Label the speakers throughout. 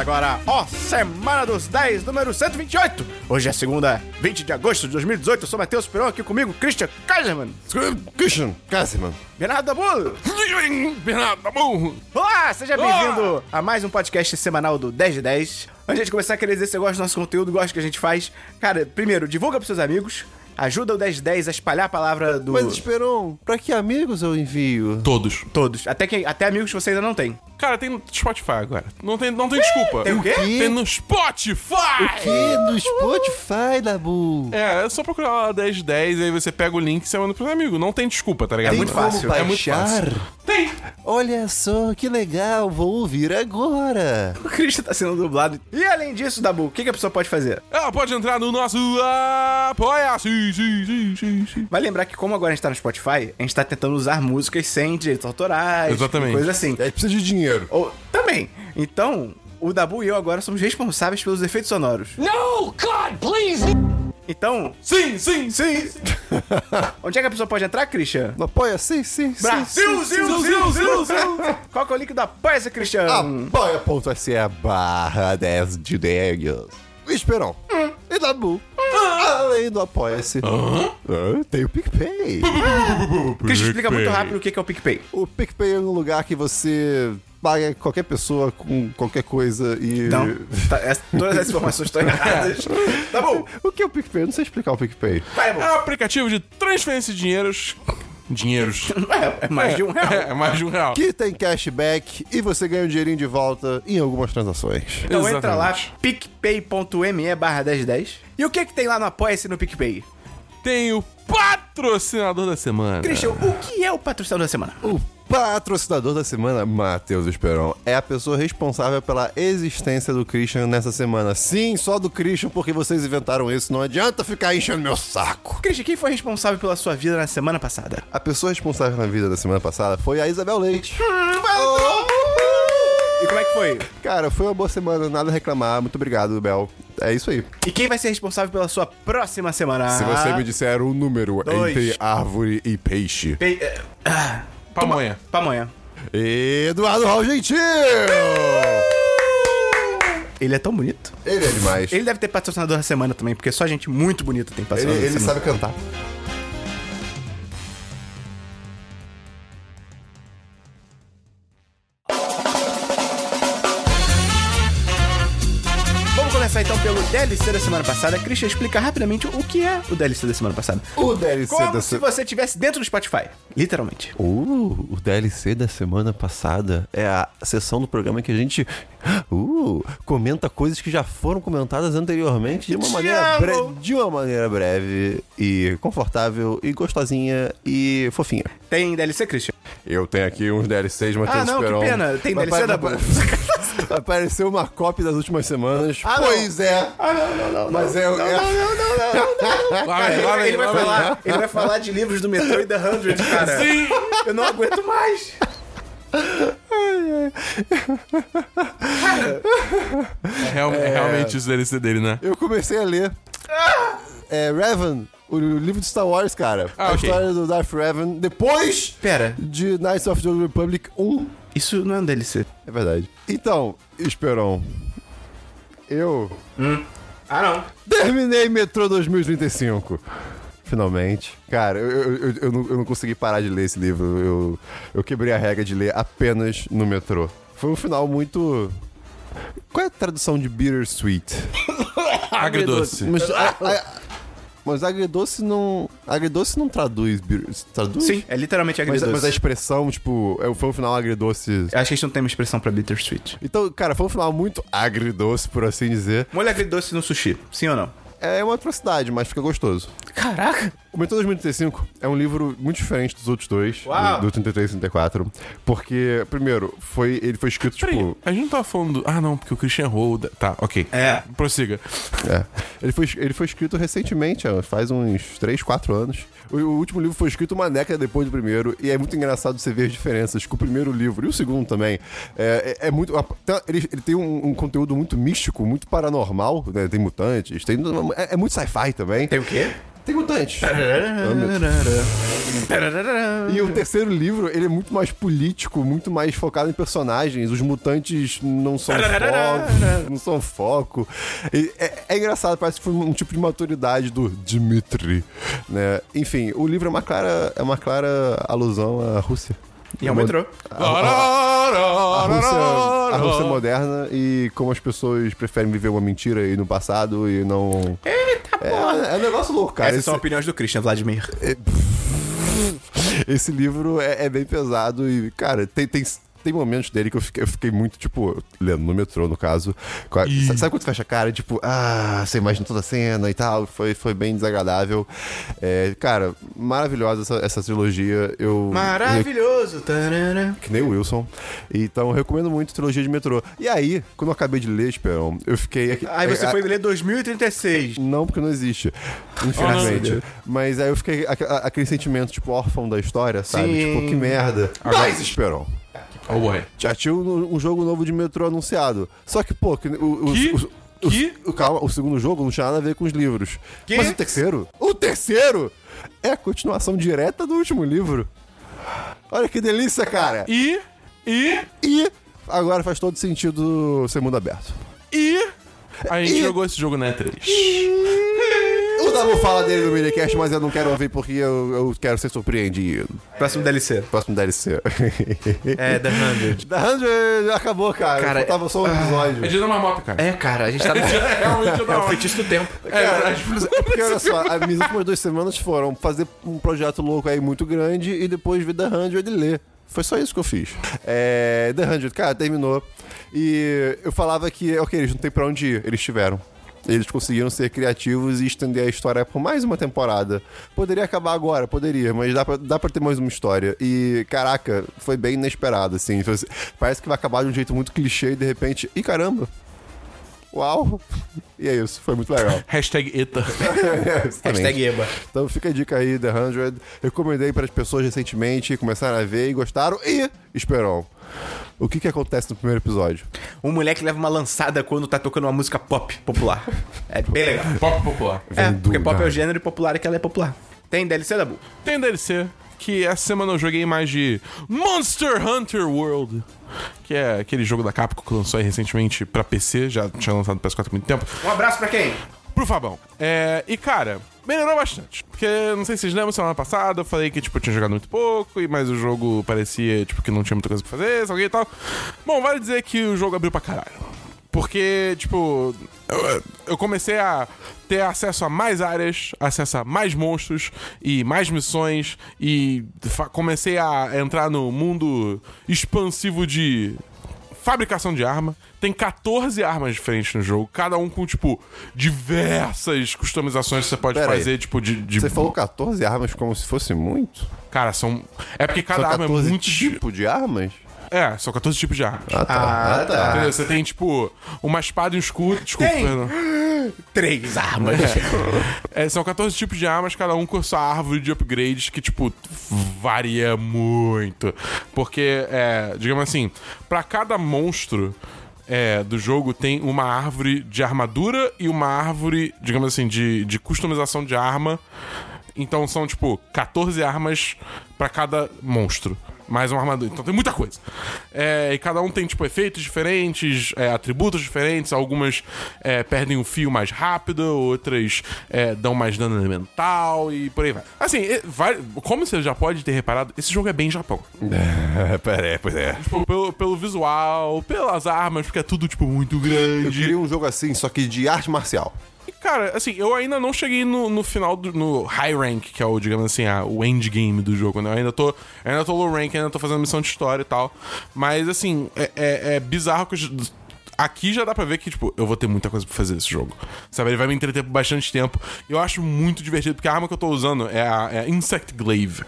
Speaker 1: agora ó Semana dos 10, número 128. Hoje é segunda, 20 de agosto de 2018. Eu sou Matheus Peron, aqui comigo, Christian Kaiserman,
Speaker 2: Christian Kasserman.
Speaker 1: Bernardo Dabu.
Speaker 2: Bernardo Amor.
Speaker 1: Olá, seja bem-vindo a mais um podcast semanal do 10 de 10. Antes de começar, queria dizer se você gosta do nosso conteúdo, gosta do que a gente faz. Cara, primeiro, divulga pros seus amigos. Ajuda o 10 de 10 a espalhar a palavra do...
Speaker 2: Mas Esperon, pra que amigos eu envio?
Speaker 3: Todos.
Speaker 1: Todos. Até, quem, até amigos que você ainda não tem.
Speaker 3: Cara, tem no Spotify agora. Não tem, não tem desculpa.
Speaker 1: Tem o quê?
Speaker 3: Tem no Spotify!
Speaker 2: Que no Spotify, Dabu?
Speaker 3: É, é só procurar lá 1010, aí você pega o link e você manda pros amigos. Não tem desculpa, tá ligado?
Speaker 2: Tem
Speaker 1: muito
Speaker 2: como
Speaker 1: fácil,
Speaker 2: baixar?
Speaker 3: é muito Tem!
Speaker 2: Olha só, que legal, vou ouvir agora.
Speaker 1: O Christian tá sendo dublado. E além disso, Dabu, o que, que a pessoa pode fazer?
Speaker 3: Ela pode entrar no nosso Apoia-se, sim, sim, sim, sim.
Speaker 1: Vai lembrar que como agora a gente tá no Spotify, a gente tá tentando usar músicas sem direitos autorais,
Speaker 3: Exatamente.
Speaker 1: coisa assim.
Speaker 2: Aí precisa de dinheiro.
Speaker 1: Ou também. Então, o Dabu e eu agora somos responsáveis pelos efeitos sonoros.
Speaker 4: No, God, please!
Speaker 1: Então,
Speaker 3: Sim, sim, sim.
Speaker 1: sim. Onde é que a pessoa pode entrar, Christian?
Speaker 2: Apoia, sim, sim, sim.
Speaker 1: Brasil,
Speaker 3: sim, sim, sim, sim, sim.
Speaker 1: Qual que é o link da Paisa, Christian?
Speaker 2: Apoia.se barra 10 de 10. Esperon. E Dabu. Além do Apoia-se, ah, tem o PicPay.
Speaker 1: Christian, explica muito rápido o que que é o PicPay.
Speaker 2: O PicPay é um lugar que você paga qualquer pessoa com qualquer coisa e.
Speaker 1: Então, tá, essa- todas essas informações estão erradas. Tá bom. Tá
Speaker 2: O que é o PicPay? Eu não sei explicar o PicPay.
Speaker 1: Vai,
Speaker 3: É
Speaker 1: Dabu.
Speaker 3: um aplicativo de transferência de dinheiros. Dinheiros.
Speaker 1: É, é mais de um real.
Speaker 3: É, é mais de um real.
Speaker 2: Que tem cashback e você ganha um dinheirinho de volta em algumas transações.
Speaker 1: Então entra lá,
Speaker 3: Exatamente.
Speaker 1: picpay.me barra 1010. E o que que tem lá no Apoia-se no PicPay?
Speaker 3: Tem o patrocinador da semana.
Speaker 1: Christian, o que é o patrocinador da semana?
Speaker 2: O patrocinador da semana, Matheus Esperon, é a pessoa responsável pela existência do Christian nessa semana. Sim, só do Christian, porque vocês inventaram isso. Não adianta ficar enchendo meu saco.
Speaker 1: Christian, quem foi responsável pela sua vida na semana passada?
Speaker 2: A pessoa responsável na vida da semana passada foi a Isabel Leite.
Speaker 1: E como é que foi?
Speaker 2: Cara, foi uma boa semana, nada a reclamar. Muito obrigado, Bel. É isso aí.
Speaker 1: E quem vai ser responsável pela sua próxima semana?
Speaker 5: Se você me disser o número
Speaker 1: Ah. Dois.
Speaker 5: entre árvore e peixe.
Speaker 1: Pe- eh,
Speaker 3: Pamonha.
Speaker 1: Pra amanhã.
Speaker 2: Eduardo Raul Gentil!
Speaker 1: Ele é tão bonito.
Speaker 2: Ele é demais.
Speaker 1: Ele é deve ter patrocinador da semana também, porque só gente muito bonita tem
Speaker 2: Ele,
Speaker 1: patrocinador
Speaker 2: ele
Speaker 1: da semana.
Speaker 2: sabe cantar.
Speaker 1: Vamos começar então pelo DLC da semana passada. Christian, explica rapidamente o que é o DLC da semana passada.
Speaker 2: O DLC
Speaker 1: Como
Speaker 2: da
Speaker 1: se
Speaker 2: semana.
Speaker 1: você estivesse dentro do Spotify. Literalmente.
Speaker 2: Uh, o DLC da semana passada é a sessão do programa que a gente uh, comenta coisas que já foram comentadas anteriormente de uma
Speaker 1: Te
Speaker 2: maneira
Speaker 1: amo.
Speaker 2: breve, de uma maneira breve e confortável e gostosinha e fofinha.
Speaker 1: Tem DLC, Christian?
Speaker 5: Eu tenho aqui uns DLCs, mas
Speaker 1: Ah,
Speaker 5: tem
Speaker 1: não, que
Speaker 5: Esperon.
Speaker 1: pena. Tem
Speaker 2: Mas
Speaker 1: DLC da
Speaker 2: pa-
Speaker 1: boa.
Speaker 2: Apareceu uma cópia das últimas semanas.
Speaker 1: não.
Speaker 2: pois é. Ah, não, não, não. Mas é, é-
Speaker 3: Lá
Speaker 1: Cara,
Speaker 3: vem, lá
Speaker 1: tá, ele,
Speaker 3: vem,
Speaker 1: ele vai
Speaker 3: lá vem.
Speaker 1: falar, ele vai falar de livros do metrô e da Hundred, cara.
Speaker 3: Sim.
Speaker 1: Eu não aguento mais.
Speaker 3: É, real- é realmente isso DLC dele, né?
Speaker 2: Eu comecei a ler. É, Revan, o livro de Star Wars, cara.
Speaker 3: Ah,
Speaker 2: a
Speaker 3: ok.
Speaker 2: história do Darth Revan depois
Speaker 1: Pera,
Speaker 2: de Knights of the Old Republic 1.
Speaker 1: isso não é um DLC.
Speaker 2: É verdade. Então, Esperon, eu
Speaker 1: Ah, não.
Speaker 2: terminei Metrô 2035. Finalmente. Cara, eu, eu, eu- eu não, eu não consegui parar de ler esse livro. Eu, eu quebrei a regra de ler apenas no metrô. Foi um final muito. Qual é a tradução de bittersweet?
Speaker 3: Agridoce.
Speaker 2: Mas, a- a- mas agridoce não. Agridoce não traduz. bitter- Traduz?
Speaker 1: Sim, é literalmente
Speaker 2: Mas,
Speaker 1: agridoce.
Speaker 2: mas a expressão, tipo, é- foi um final agridoce.
Speaker 1: Eu acho que a gente não tem uma expressão pra bittersweet.
Speaker 2: Então, cara, foi um final muito agridoce, por assim dizer.
Speaker 1: Molho agridoce no sushi, sim ou não?
Speaker 2: É uma atrocidade, mas fica gostoso.
Speaker 1: Caraca.
Speaker 2: O Mentor 2035 é um livro muito diferente dos outros dois,
Speaker 1: Uau.
Speaker 2: do, do 33 e 34. Porque, primeiro, foi, ele foi escrito,
Speaker 3: Peraí,
Speaker 2: tipo.
Speaker 3: a gente não tava falando. do- Ah, não, porque o Christian Holda. Tá, ok.
Speaker 1: É.
Speaker 3: Prossiga.
Speaker 2: É. Ele foi, ele foi escrito recentemente, ó, faz uns 3, 4 anos. O, o último livro foi escrito uma década depois do primeiro, e é muito engraçado você ver as diferenças que o primeiro livro e o segundo também. É, é- é muito. tá- Ele, ele tem um, um conteúdo muito místico, muito paranormal, né? Tem mutantes, tem. É, é muito sci-fi também.
Speaker 1: Tem o quê?
Speaker 2: Tem mutantes. E o terceiro livro, ele é muito mais político, muito mais focado em personagens. Os mutantes não são foco, não são foco. E é, é engraçado, parece que foi um tipo de maturidade do Dmitri, né? Enfim, o livro é uma clara, é uma clara alusão à Rússia.
Speaker 1: E é o metrô.
Speaker 2: A Rússia, a Rússia moderna e como as pessoas preferem viver uma mentira e no passado e não...
Speaker 1: Eita
Speaker 2: É, é um negócio louco, cara.
Speaker 1: Essas
Speaker 2: Esse-
Speaker 1: são opiniões do Christian Vladimir.
Speaker 2: Esse livro é, é bem pesado e, cara, tem, tem, tem momentos dele que eu fiquei, eu fiquei muito, tipo, lendo no metrô, no caso. com a- sa- Sabe quando você fecha a cara? e, Tipo, ah, você imagina toda a cena e tal. Foi, foi bem desagradável. É, cara, maravilhosa essa, essa trilogia. Eu,
Speaker 1: Maravilhoso. tarará.
Speaker 2: que nem o Wilson. Então, eu recomendo muito a trilogia de metrô. E aí, quando eu acabei de ler, Esperão, eu fiquei.
Speaker 1: Aí você
Speaker 2: a-
Speaker 1: foi ler 2036.
Speaker 2: não, porque não existe. Infelizmente. Mas aí eu fiquei aque- a- aquele sentimento, tipo, órfão da história, sabe?
Speaker 1: Sim.
Speaker 2: Tipo, que merda. Mas esperou.
Speaker 3: Oh boy.
Speaker 2: Já tinha um, um jogo novo de metrô anunciado. Só que, pô, que o. o-
Speaker 3: Que?
Speaker 2: o- o-
Speaker 3: Que?
Speaker 2: o- calma, o segundo jogo não tinha nada a ver com os livros.
Speaker 1: Que?
Speaker 2: Mas o terceiro? O terceiro é a continuação direta do último livro. Olha que delícia, cara. E,
Speaker 3: E. E.
Speaker 2: agora faz todo sentido ser mundo aberto.
Speaker 3: E. A gente
Speaker 2: E-
Speaker 3: jogou esse jogo na E3.
Speaker 2: O Dabu fala dele no minicast, mas eu não quero ouvir porque eu, eu quero ser surpreendido.
Speaker 1: Próximo DLC.
Speaker 2: Próximo DLC.
Speaker 1: É, The 100.
Speaker 2: Da Hundred acabou, cara.
Speaker 1: Cara,
Speaker 2: Faltava só um
Speaker 3: É
Speaker 2: episódio.
Speaker 3: dia da marmota, cara.
Speaker 1: É, cara, a gente tá no
Speaker 3: realmente
Speaker 1: É
Speaker 3: dia da
Speaker 1: o
Speaker 3: marmota.
Speaker 1: feitiço do tempo.
Speaker 3: É, a gente precisa-
Speaker 2: Porque olha só, as minhas últimas duas semanas foram fazer um projeto louco aí muito grande e depois ver The Hundred e ler. Foi só isso que eu fiz. É, The Hundred, cara, terminou. E eu falava que, ok, eles não tem pra onde ir. Eles tiveram. Eles conseguiram ser criativos e estender a história por mais uma temporada. Poderia acabar agora, poderia, mas dá pra, dá pra ter mais uma história. E, caraca, foi bem inesperado, assim. Foi assim, Parece que vai acabar de um jeito muito clichê e de repente. Ih, caramba! Uau! E é isso, foi muito legal.
Speaker 3: Hashtag ETA.
Speaker 1: Hashtag Eba.
Speaker 2: Então fica a dica aí, The 100. Recomendei para as pessoas recentemente, começaram a ver e gostaram. E, Esperon, o que que acontece no primeiro episódio?
Speaker 1: Um moleque leva uma lançada quando tá tocando uma música pop popular. É bem legal.
Speaker 3: Pop popular.
Speaker 1: É,
Speaker 2: Vem do
Speaker 1: porque pop é
Speaker 2: lugar.
Speaker 1: o gênero popular e que ela é popular. Tem DLC da Bu.
Speaker 3: Tem um DLC que essa semana eu joguei mais de Monster Hunter World. Que é aquele jogo da Capcom que lançou aí recentemente pra PC, já tinha lançado no PS4 há muito tempo.
Speaker 1: Um abraço pra quem?
Speaker 3: pro Fabão. É, e, cara, melhorou bastante. Porque, não sei se vocês lembram, semana passada eu falei que, tipo, eu tinha jogado muito pouco, e mas o jogo parecia, tipo, que não tinha muita coisa pra fazer, sei lá o quê e tal. Bom, vale dizer que o jogo abriu pra caralho. Porque, tipo, eu, eu comecei a ter acesso a mais áreas, acesso a mais monstros e mais missões, e fa- comecei a entrar no mundo expansivo de fabricação de arma. Tem 14 armas diferentes no jogo, cada um com, tipo, diversas customizações que você pode
Speaker 2: Pera aí.
Speaker 3: fazer, tipo, de. de-
Speaker 2: Você falou 14 armas como se fosse muito?
Speaker 3: Cara, são. É porque cada
Speaker 2: São
Speaker 3: arma é
Speaker 2: 14
Speaker 3: muito.
Speaker 2: tipo de armas?
Speaker 3: É, são 14 tipos de armas.
Speaker 2: Ah, tá. Ah, tá.
Speaker 3: Entendeu? Você tem, tipo, uma espada e um escudo. Desculpa,
Speaker 1: Tem.
Speaker 3: perdão.
Speaker 1: Três armas.
Speaker 3: É, são 14 tipos de armas, cada um com a sua árvore de upgrades que, tipo, varia muito. Porque, é, digamos assim, pra cada monstro é, do jogo tem uma árvore de armadura e uma árvore, digamos assim, de, de customização de arma. Então são, tipo, 14 armas pra cada monstro. Mais uma armadura. Então tem muita coisa. É, e cada um tem, tipo, efeitos diferentes, é, atributos diferentes. Algumas é, perdem o fio mais rápido, outras é, dão mais dano elemental e por aí vai. Assim, é, vai- como você já pode ter reparado, esse jogo é bem Japão.
Speaker 2: É, pera aí, pois é.
Speaker 3: Tipo, pelo, pelo visual, pelas armas, porque é tudo, tipo, muito
Speaker 2: Eu
Speaker 3: grande.
Speaker 2: queria um jogo assim, só que de arte marcial.
Speaker 3: E, Cara, assim, eu ainda não cheguei no, no final do no high rank, que é o, digamos assim, a- o endgame do jogo, né? Eu ainda tô, eu ainda tô low rank, ainda tô fazendo missão de história e tal. Mas, assim, é, é- é bizarro que. eu- Aqui já dá pra ver que, tipo, eu vou ter muita coisa pra fazer nesse jogo. Sabe? Ele vai me entreter por bastante tempo. Eu acho muito divertido, porque a arma que eu tô usando é a, é a Insect Glaive.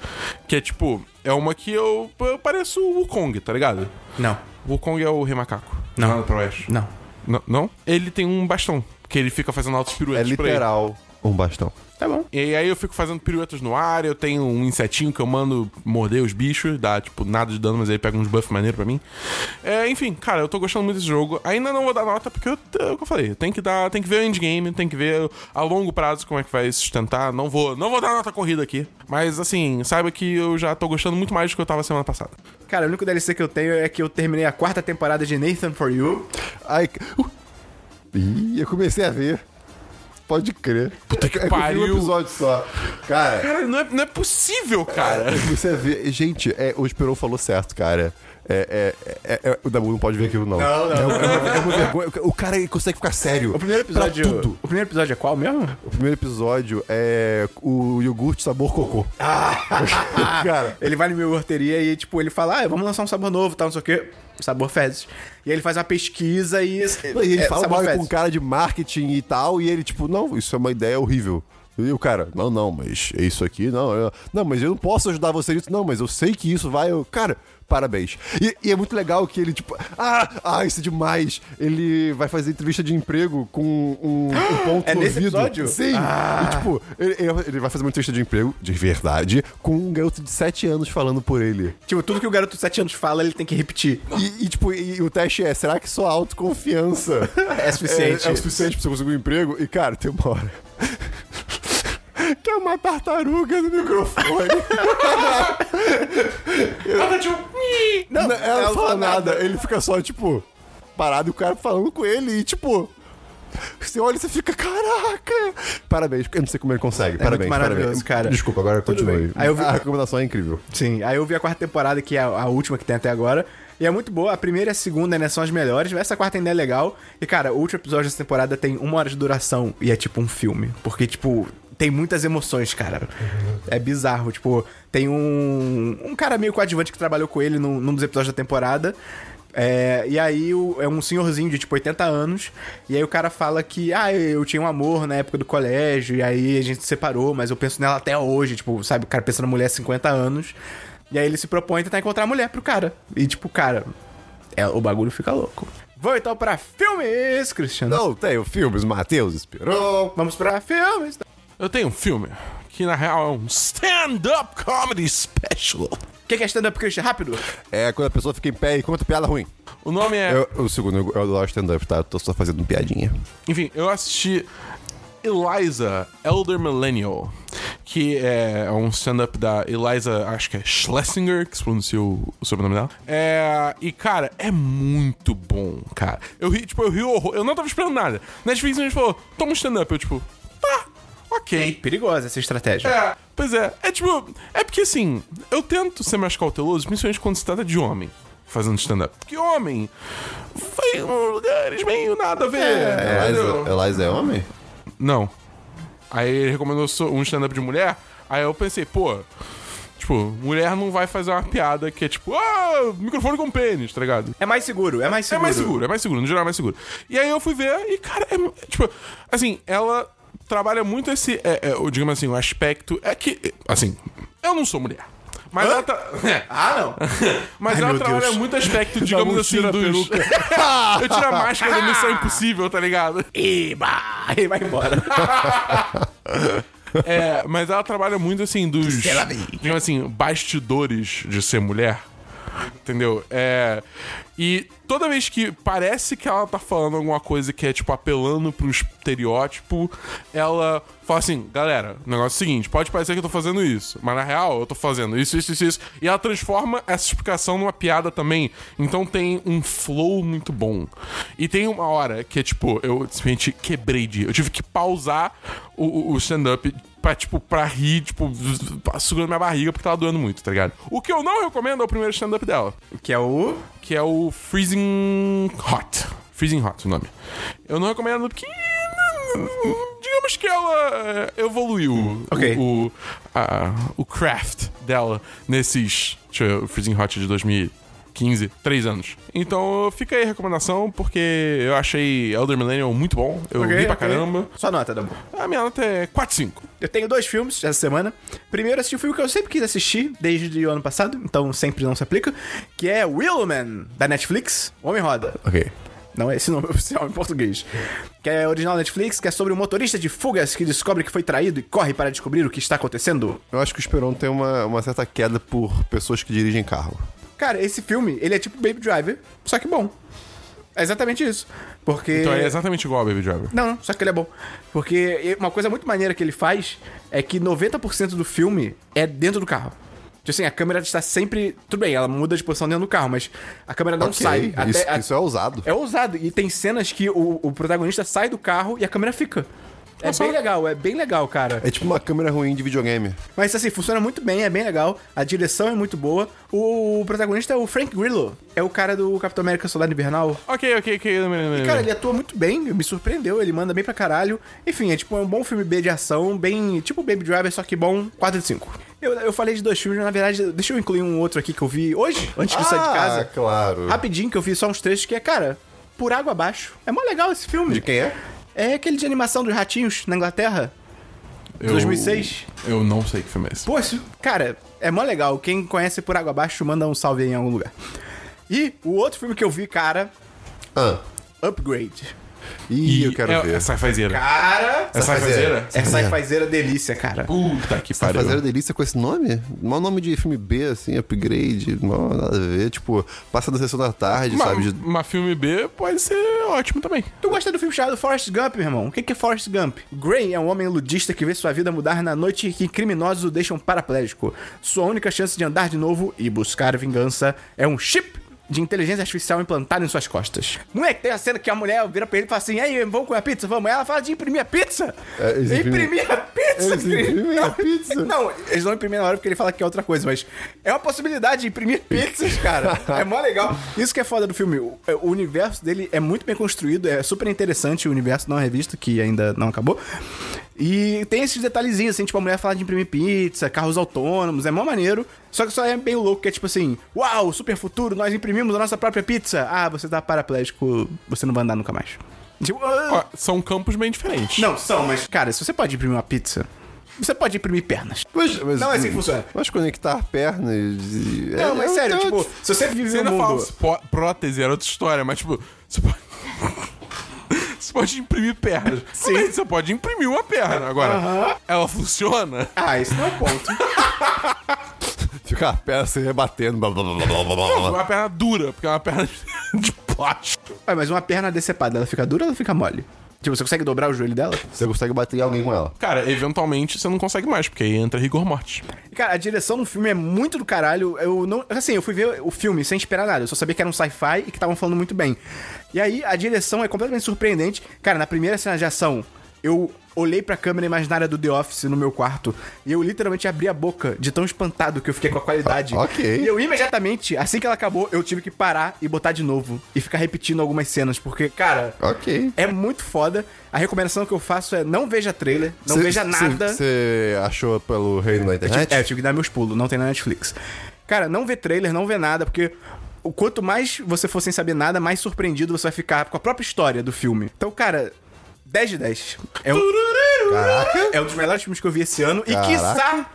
Speaker 3: Que é, tipo, é uma que eu, eu pareço o Wukong, tá ligado?
Speaker 1: Não.
Speaker 3: O Wukong é o rei macaco.
Speaker 1: Não.
Speaker 3: Pro oeste.
Speaker 1: Não.
Speaker 3: Não, não? Ele tem um bastão, que ele fica fazendo altos
Speaker 2: É
Speaker 3: piruetas por aí.
Speaker 2: literal. um bastão.
Speaker 1: Tá bom.
Speaker 3: E aí eu fico fazendo piruetas no ar, eu tenho um insetinho que eu mando morder os bichos, dá, tipo, nada de dano, mas aí pega uns buff maneiro pra mim. É, enfim, cara, eu tô gostando muito desse jogo. Ainda não vou dar nota, porque eu, é o que eu falei, tem que dar, tem que ver o endgame, tem que ver a longo prazo como é que vai sustentar. Não vou, não vou dar nota corrida aqui. Mas assim, saiba que eu já tô gostando muito mais do que eu tava semana passada.
Speaker 1: Cara, o único DLC que eu tenho é que eu terminei a quarta temporada de Nathan For You.
Speaker 2: Ai, c- uh. Ih, eu comecei a ver. Pode crer. Puta
Speaker 3: que
Speaker 2: Um
Speaker 3: pariu.
Speaker 2: episódio só. Cara,
Speaker 3: Cara, não é, não é possível, cara.
Speaker 2: eu comecei a ver. Gente, é, o Esperon falou certo, cara. É, é, é, é- o Dabu não pode ver aquilo, não. Não, não. É, uma- é uma- é uma vergonha. O cara ele consegue ficar sério.
Speaker 1: O primeiro episódio.
Speaker 2: Pra tudo.
Speaker 1: O primeiro episódio é qual mesmo?
Speaker 2: O primeiro episódio é o iogurte sabor cocô.
Speaker 1: Ah.
Speaker 2: Ah, cara,
Speaker 1: Ele vai numa iogurteria e, tipo, ele fala, ah, vamos lançar um sabor novo, tal, não sei o quê. Sabor fezes. E aí ele faz uma pesquisa e...
Speaker 2: e ele
Speaker 1: é,
Speaker 2: fala
Speaker 1: sabor
Speaker 2: mal
Speaker 1: fezes.
Speaker 2: com cara de marketing e tal, e ele, tipo, não, isso é uma ideia horrível. E o cara, não, não, mas é isso aqui, não, eu- não, mas eu não posso ajudar você nisso, não, mas eu sei que isso vai, eu- cara, parabéns. E, e é muito legal que ele, tipo, ah, ah, isso é demais. Ele vai fazer entrevista de emprego com um, um ponto
Speaker 1: É
Speaker 2: no
Speaker 1: nesse
Speaker 2: ouvido.
Speaker 1: episódio? Ah.
Speaker 2: Sim! E, tipo, ele, ele- ele vai fazer uma entrevista de emprego, de verdade, com um garoto de 7 anos falando por ele.
Speaker 1: Tipo, tudo que o garoto de 7 anos fala, ele tem que repetir.
Speaker 2: E, e, tipo, e o teste é, será que sua autoconfiança
Speaker 1: É suficiente.
Speaker 2: É, é o suficiente pra você conseguir um emprego? E, cara, tem uma hora. que é uma tartaruga no microfone.
Speaker 3: Ah, tá, tipo, "Ih".
Speaker 2: Não, ela, não fala nada. Ele fica só, tipo, parado e o cara falando com ele e, tipo... Você olha e você fica, caraca! Parabéns, eu não sei como ele consegue. parabéns,
Speaker 1: muito
Speaker 2: parabéns.
Speaker 1: maravilhoso, cara.
Speaker 2: Desculpa, agora continue.
Speaker 1: bem. Aí eu vi-
Speaker 2: A recomendação é incrível.
Speaker 1: Sim, aí eu vi a quarta temporada, que é a, a última que tem até agora. E é muito boa. A primeira e a segunda, né, são as melhores. mas Essa quarta ainda é legal. E, cara, o último episódio dessa temporada tem uma hora de duração. E é tipo um filme. Porque, tipo, tem muitas emoções, cara. É bizarro. Tipo, tem um, um cara meio coadjuvante que trabalhou com ele num, num dos episódios da temporada. É, e aí o- é um senhorzinho de tipo 80 anos, e aí o cara fala que, ah, eu eu tinha um amor na época do colégio, e aí a gente se separou, mas eu penso nela até hoje, tipo, sabe, o cara pensa na mulher há 50 anos. E aí ele se propõe a tentar encontrar a mulher pro cara. E tipo, cara, é, o bagulho fica louco. Vou então pra filmes, Cristiano.
Speaker 2: Não, tem o filmes, Matheus Esperou.
Speaker 1: Vamos pra filmes.
Speaker 3: Eu tenho um filme que, na real, é um stand-up comedy special.
Speaker 1: O que que é stand-up, Christian? Rápido.
Speaker 2: É quando a pessoa fica em pé e conta piada ruim.
Speaker 3: O nome é...
Speaker 2: Eu, o segundo, eu, eu adoro stand-up, tá? Eu tô só fazendo piadinha.
Speaker 3: Enfim, eu assisti Eliza, Elder Millennial, que é um stand-up da Eliza, acho que é Schlesinger, que se pronuncia o o sobrenome dela. É, e, cara, é muito bom, cara. Eu ri, tipo, eu ri horror. Eu não tava esperando nada. Netflix me falou, toma um stand-up. Eu, tipo, tá, ok.
Speaker 1: Perigosa essa estratégia.
Speaker 3: É, pois é. É tipo. É porque assim, eu tento ser mais cauteloso, principalmente quando se trata de homem fazendo stand-up. Porque homem vai em um lugares meio nada a ver. entendeu?
Speaker 2: Eliza é homem?
Speaker 3: Não. Aí ele recomendou so- um stand-up de mulher. Aí eu pensei, pô. Tipo, mulher não vai fazer uma piada que é tipo, ah, microfone com pênis, tá ligado?
Speaker 1: É mais seguro, é mais
Speaker 3: É
Speaker 1: seguro.
Speaker 3: mais seguro, é mais seguro, no geral é mais seguro. E aí eu fui ver e, cara, é, é, tipo, assim, ela trabalha muito esse, é, é, o- digamos assim, o aspecto. É que, é, assim, eu não sou mulher. Mas ela tá.
Speaker 1: Ah, não.
Speaker 3: Mas
Speaker 1: Ai,
Speaker 3: ela
Speaker 1: meu
Speaker 3: trabalha
Speaker 1: Deus. Tá
Speaker 3: muito aspecto, digamos
Speaker 2: Dabu
Speaker 3: assim,
Speaker 2: tira a
Speaker 3: dos. eu tiro a máscara da missão impossível, tá ligado?
Speaker 1: Eba! E vai embora.
Speaker 3: É, mas ela trabalha muito assim dos. Digamos assim, bastidores de ser mulher. Entendeu? É. E toda vez que parece que ela tá falando alguma coisa que é, tipo, apelando pra um estereótipo, ela fala assim, galera, o negócio é o seguinte, pode parecer que eu tô fazendo isso, mas na real eu tô fazendo isso, isso, isso, isso. E ela transforma essa explicação numa piada também. Então tem um flow muito bom. E tem uma hora que é, tipo, eu simplesmente quebrei de. Eu tive que pausar o- o- o stand-up pra, tipo, pra rir, tipo, segurando minha barriga porque tava doendo muito, tá ligado? O que eu não recomendo é o primeiro stand-up dela,
Speaker 1: Que é o...
Speaker 3: que é o Freezing Hot. Freezing Hot, o nome. Eu não recomendo porque. Digamos que ela é, evoluiu
Speaker 1: Ok.
Speaker 3: o, o, a- o craft dela nesses. Deixa eu ver, o Freezing Hot de 2015, três anos. Então fica aí a recomendação, porque eu achei Elder Millennial muito bom. Eu
Speaker 1: Ok,
Speaker 3: ri pra
Speaker 1: ok.
Speaker 3: caramba.
Speaker 1: Sua nota, Dabu.
Speaker 3: A minha nota é 4-5.
Speaker 1: Eu tenho dois filmes essa semana. Primeiro, eu assisti um filme que eu sempre quis assistir, desde o ano passado, então sempre não se aplica, que é Willman, da Netflix, Homem-Roda.
Speaker 2: Ok.
Speaker 1: Não é esse nome oficial em português. Que é original Netflix, que é sobre um motorista de fugas que descobre que foi traído e corre para descobrir o que está acontecendo.
Speaker 2: Eu acho que o Esperon tem uma, uma certa queda por pessoas que dirigem carro.
Speaker 1: Cara, esse filme, ele é tipo Baby Driver, só que bom. É exatamente isso. Porque.
Speaker 3: Então é exatamente igual a Baby Driver.
Speaker 1: Não, não, só que ele é bom. Porque uma coisa muito maneira que ele faz é que 90% do filme é dentro do carro. Tipo assim, a câmera está sempre. Tudo bem, ela muda de posição dentro do carro, mas a câmera não
Speaker 2: Ok,
Speaker 1: sai.
Speaker 2: Isso,
Speaker 1: Até- a-
Speaker 2: isso é ousado.
Speaker 1: É ousado. E tem cenas que o, o protagonista sai do carro e a câmera fica. É bem legal, é bem legal, cara.
Speaker 2: É tipo uma câmera ruim de videogame.
Speaker 1: Mas assim, funciona muito bem, é bem legal. A direção é muito boa. O, protagonista é o Frank Grillo. É o cara do Capitão América Soldado Invernal.
Speaker 3: Ok, ok, ok. não, não, não, não.
Speaker 1: Cara, ele atua muito bem, me surpreendeu, ele manda bem pra caralho. Enfim, é tipo é um bom filme B de ação, bem. Tipo Baby Driver, só que bom, 4 de 5. Eu, eu falei de dois filmes, na verdade, deixa eu incluir um outro aqui que eu vi hoje, antes de sair
Speaker 2: Ah!
Speaker 1: de casa. Ah.
Speaker 2: claro.
Speaker 1: Rapidinho, que eu vi só uns trechos, que é, cara, por água abaixo. É mó legal esse filme.
Speaker 2: De quem é?
Speaker 1: É aquele de animação dos ratinhos na Inglaterra.
Speaker 3: Eu-
Speaker 1: 2006.
Speaker 3: Eu não sei que filme é esse.
Speaker 1: Pô, isso- cara, é mó legal. Quem conhece por água abaixo, manda um salve aí em algum lugar. E o outro filme que eu vi, cara,
Speaker 2: Ah.
Speaker 1: Upgrade.
Speaker 2: Ih, eu quero
Speaker 3: é,
Speaker 2: ver.
Speaker 3: É sci-fizeira.
Speaker 1: Cara,
Speaker 3: É sci-fizeira?
Speaker 1: É sci-fizeira delícia, cara.
Speaker 3: Puta que pariu.
Speaker 2: Fazer a delícia com esse nome? Mó nome de filme B, assim, upgrade, mó nada a ver. Tipo, passa na sessão da tarde,
Speaker 3: Ma-
Speaker 2: sabe? De-
Speaker 3: Mas filme B pode ser ótimo também.
Speaker 1: Tu gosta do filme chamado Forrest Gump, meu irmão? O que que é Forrest Gump? Gray é um homem ludista que vê sua vida mudar na noite em que criminosos o deixam paraplégico. Sua única chance de andar de novo e buscar vingança é um chip de inteligência artificial implantado em suas costas. Moleque, tem a cena que a mulher vira pra ele e fala assim, aí, vamos comer a pizza? Vamos. Ela fala de imprimir a pizza.
Speaker 2: É, eles imprimem-
Speaker 1: imprimir a pizza,
Speaker 2: Eles
Speaker 1: querido.
Speaker 2: imprimem a
Speaker 1: Não,
Speaker 2: pizza?
Speaker 1: Não, eles não imprimem na hora porque ele fala que é outra coisa, mas é uma possibilidade de imprimir pizzas, cara. É mó legal. Isso que é foda do filme. O, o universo dele é muito bem construído, é super interessante o universo não é visto, que ainda não acabou. E tem esses detalhezinhos, assim, tipo, a mulher fala de imprimir pizza, carros autônomos, é mó maneiro. Só que só é bem louco, que é tipo assim, uau, super futuro, nós imprimimos a nossa própria pizza. Ah, você tá paraplégico, você não vai andar nunca mais. Tipo, ah,
Speaker 3: Ó, são campos bem diferentes.
Speaker 1: não, são, mas. Cara, se você pode imprimir uma pizza, você pode imprimir pernas.
Speaker 2: Mas, mas-
Speaker 1: Não é assim que funciona.
Speaker 2: Mas conectar pernas. e-
Speaker 1: Não, mas
Speaker 2: é-
Speaker 1: sério,
Speaker 2: é-
Speaker 1: tipo, se você vive
Speaker 3: Você
Speaker 1: no
Speaker 3: ainda fala
Speaker 1: mundo.
Speaker 3: se pó- prótese, era outra história, mas tipo, você pode. Você pode imprimir pernas.
Speaker 1: Sim.
Speaker 3: Também Você pode imprimir uma perna. Agora, ela funciona?
Speaker 1: Ah, esse não é o ponto.
Speaker 2: Ficar a perna se rebatendo. Blá, blá, blá, blá, blá, blá, blá.
Speaker 3: Uma perna dura, porque é uma perna de- de plástico.
Speaker 1: Ué, mas uma perna decepada, ela fica dura ou ela fica mole? Tipo, você consegue dobrar o joelho dela?
Speaker 2: Você consegue bater em alguém com ela.
Speaker 3: Cara, eventualmente você não consegue mais, porque aí entra rigor mortis.
Speaker 1: E, Cara, a direção do filme é muito do caralho. Eu não. Assim, eu fui ver o filme sem esperar nada. Eu só sabia que era um sci-fi e que estavam falando muito bem. E aí, a direção é completamente surpreendente. Cara, na primeira cena de ação, eu olhei pra câmera imaginária do The Office no meu quarto e eu literalmente abri a boca de tão espantado que eu fiquei com a qualidade.
Speaker 2: Ah, ok.
Speaker 1: E eu imediatamente, assim que ela acabou, eu tive que parar e botar de novo e ficar repetindo algumas cenas, porque, cara.
Speaker 2: Ok.
Speaker 1: É muito foda. A recomendação que eu faço é não veja trailer, não
Speaker 2: Cê-
Speaker 1: veja
Speaker 2: cê-
Speaker 1: nada.
Speaker 2: Você achou pelo reino da
Speaker 1: Eu tive-
Speaker 2: internet?
Speaker 1: É, eu tive que dar meus pulos, não tem na Netflix. Cara, não vê trailer, não vê nada, porque o quanto mais você for sem saber nada, mais surpreendido você vai ficar com a própria história do filme. Então, cara, 10 de 10. É um,
Speaker 2: Caraca.
Speaker 1: é um dos melhores filmes que eu vi esse ano
Speaker 2: Caraca.
Speaker 1: e, quiçá,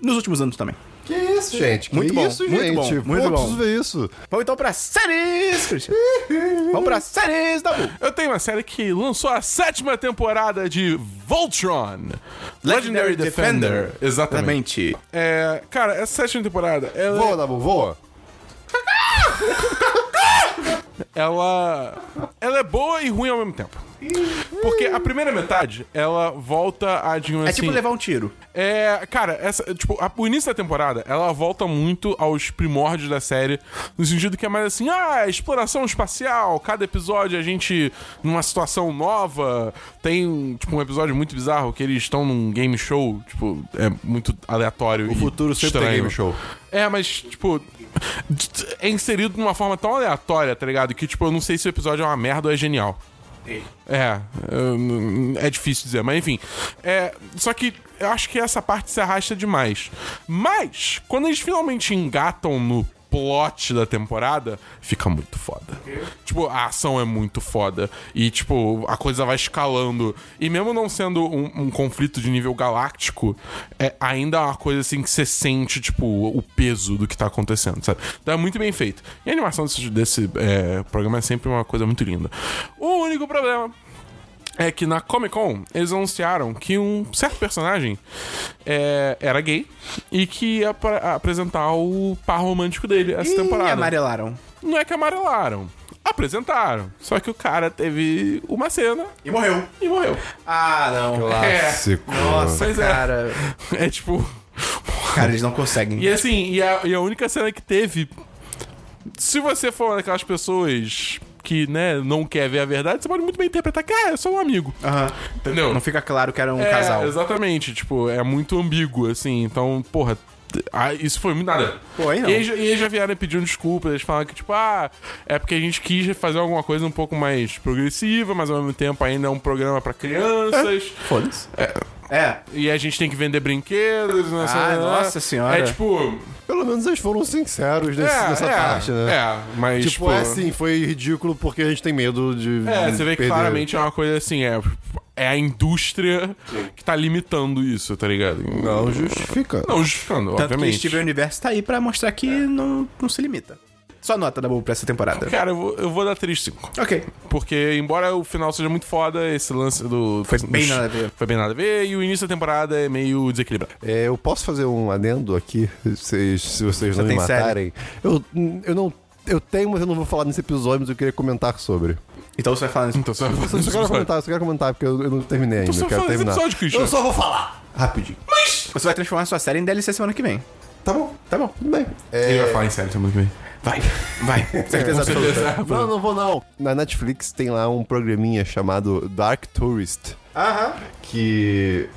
Speaker 1: nos últimos anos também.
Speaker 2: Que isso, gente? Que
Speaker 1: Muito bom,
Speaker 2: isso,
Speaker 1: muito
Speaker 2: gente?
Speaker 1: bom,
Speaker 2: Pô,
Speaker 1: muito
Speaker 2: eu
Speaker 1: bom.
Speaker 2: preciso ver isso.
Speaker 1: Vamos então pra séries, Christian. Vamos pra séries, Dabu.
Speaker 3: Eu tenho uma série que lançou a sétima temporada de Voltron. Legendary, Defender. Exatamente.
Speaker 1: Exatamente.
Speaker 3: É, cara, essa sétima temporada, ela,
Speaker 2: Voa, Dabu, voa.
Speaker 3: ela, ela é boa e ruim ao mesmo tempo. Porque a primeira metade, ela volta a, digamos
Speaker 1: É
Speaker 3: assim...
Speaker 1: tipo levar um tiro.
Speaker 3: É, cara, essa, tipo, a- o início da temporada, ela volta muito aos primórdios da série, no sentido que é mais assim, ah, exploração espacial, cada episódio a gente numa situação nova, tem, tipo, um episódio muito bizarro que eles estão num game show, tipo, é muito aleatório
Speaker 2: O futuro sempre tem game show.
Speaker 3: É, mas, tipo, é inserido de uma forma tão aleatória, tá ligado? Que, tipo, eu não sei se o episódio é uma merda ou é genial. É, hum, é difícil dizer, mas enfim. É, só que eu acho que essa parte se arrasta demais. Mas, quando eles finalmente engatam no plot da temporada, fica muito foda. Tipo, a ação é muito foda. E, tipo, a coisa vai escalando. E mesmo não sendo um, um conflito de nível galáctico, é ainda é uma coisa assim que você sente, tipo, o peso do que tá acontecendo, sabe? Então é muito bem feito. E a animação desse, desse, é, programa é sempre uma coisa muito linda. O único problema é que na Comic Con eles anunciaram que um certo personagem é, era gay e que ia apra- apresentar o par romântico dele essa temporada.
Speaker 1: E amarelaram.
Speaker 3: Não é que amarelaram, apresentaram. Só que o cara teve uma cena
Speaker 1: E morreu.
Speaker 3: e morreu.
Speaker 1: Ah, não.
Speaker 2: Clássico.
Speaker 1: Nossa,
Speaker 3: Pois é.
Speaker 1: cara.
Speaker 3: É tipo.
Speaker 1: Cara, eles não conseguem.
Speaker 3: E assim, e a, e a única cena que teve. Se você for uma daquelas pessoas que, né, não quer ver a verdade, você pode muito bem interpretar que ah, é só um amigo.
Speaker 1: Aham.
Speaker 3: Entendeu?
Speaker 1: Não fica claro que era um
Speaker 3: É,
Speaker 1: casal.
Speaker 3: Exatamente, tipo, é muito ambíguo, assim, então, porra. t- ah, isso foi muito nada.
Speaker 1: Pô, aí não.
Speaker 3: E eles, e eles já vieram pedindo desculpa, eles falaram que, tipo, ah, é porque a gente quis fazer alguma coisa um pouco mais progressiva, mas ao mesmo tempo ainda é um programa pra crianças.
Speaker 1: Foda-se. É.
Speaker 3: E a gente tem que vender brinquedos, não sei
Speaker 1: Ah,
Speaker 3: lá.
Speaker 1: nossa senhora.
Speaker 3: É tipo.
Speaker 2: Pelo menos eles foram sinceros nesse-
Speaker 3: é,
Speaker 2: nessa
Speaker 3: é,
Speaker 2: parte, né?
Speaker 3: É, mas.
Speaker 2: Tipo, é assim, foi ridículo porque a gente tem medo de.
Speaker 3: É,
Speaker 2: de
Speaker 3: você vê que
Speaker 2: perder.
Speaker 3: claramente é uma coisa assim, é, é a indústria que tá limitando isso, tá ligado?
Speaker 2: Não justifica.
Speaker 3: Não justificando,
Speaker 1: Tanto
Speaker 3: obviamente.
Speaker 1: que Steven Universo tá aí pra mostrar que não, não se limita. Só nota da Bobo pra essa temporada.
Speaker 3: Cara, eu vou, eu vou dar 3-5.
Speaker 1: Ok.
Speaker 3: Porque, embora o final seja muito foda, esse lance do.
Speaker 1: Foi
Speaker 3: dos-
Speaker 1: bem nada a ver.
Speaker 3: Foi bem nada a ver, e o início da temporada é meio desequilibrado.
Speaker 2: É, eu posso fazer um adendo aqui, se, se vocês não me
Speaker 1: tem série?
Speaker 2: matarem. Eu, eu não. Eu tenho, mas eu não vou falar nesse episódio, mas eu queria comentar sobre.
Speaker 1: Então você vai falando isso.
Speaker 3: Então você
Speaker 2: Eu
Speaker 3: vai
Speaker 2: só quero comentar, eu só quero comentar, porque eu, eu não terminei ainda.
Speaker 3: Você
Speaker 2: Eu
Speaker 3: vai
Speaker 2: quero
Speaker 3: fazer esse
Speaker 2: terminar.
Speaker 3: episódio, Christian.
Speaker 2: eu só vou falar! Rapidinho.
Speaker 1: Você vai transformar a sua série em DLC semana que vem.
Speaker 2: Tá bom, tá bom. Tudo bem. É,
Speaker 3: Ele vai falar em sério semana que vem.
Speaker 1: Vai, vai. Certeza absoluta.
Speaker 2: Não, não vou não. Na Netflix tem lá um programinha chamado Dark Tourist.
Speaker 1: Aham.
Speaker 2: Que.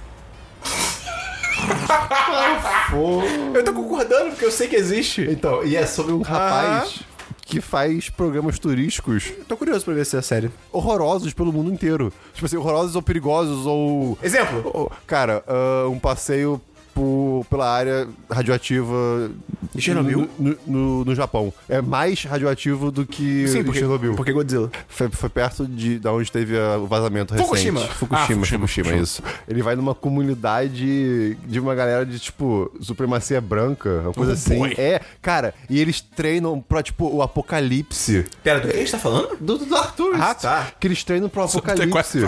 Speaker 1: Eu tô concordando porque eu sei que existe.
Speaker 2: Então, e é sobre um rapaz que faz programas turísticos
Speaker 1: Tô curioso pra ver se é série.
Speaker 2: horrorosos pelo mundo inteiro. Tipo assim, horrorosos ou perigosos ou.
Speaker 1: Exemplo.
Speaker 2: ou- cara, ah, um passeio por- pela área radioativa.
Speaker 1: De Chernobyl?
Speaker 2: No, no- no- no Japão. É mais radioativo do que em
Speaker 1: porque,
Speaker 2: Chernobyl.
Speaker 1: porque Godzilla.
Speaker 2: Foi, foi perto de, da onde teve ah, o vazamento recente.
Speaker 1: Fukushima.
Speaker 2: Fukushima,
Speaker 3: Ah, Fukushima,
Speaker 2: Fukushima, isso. Ele vai numa comunidade de uma galera de, tipo, supremacia branca, uma coisa
Speaker 3: Oh,
Speaker 2: assim.
Speaker 3: boy.
Speaker 2: É, cara, e eles treinam pra, tipo, o apocalipse.
Speaker 1: Pera, do que a gente tá falando?
Speaker 2: Do, do Dark Tourist.
Speaker 1: Ah, tá.
Speaker 2: Que eles treinam pro apocalipse.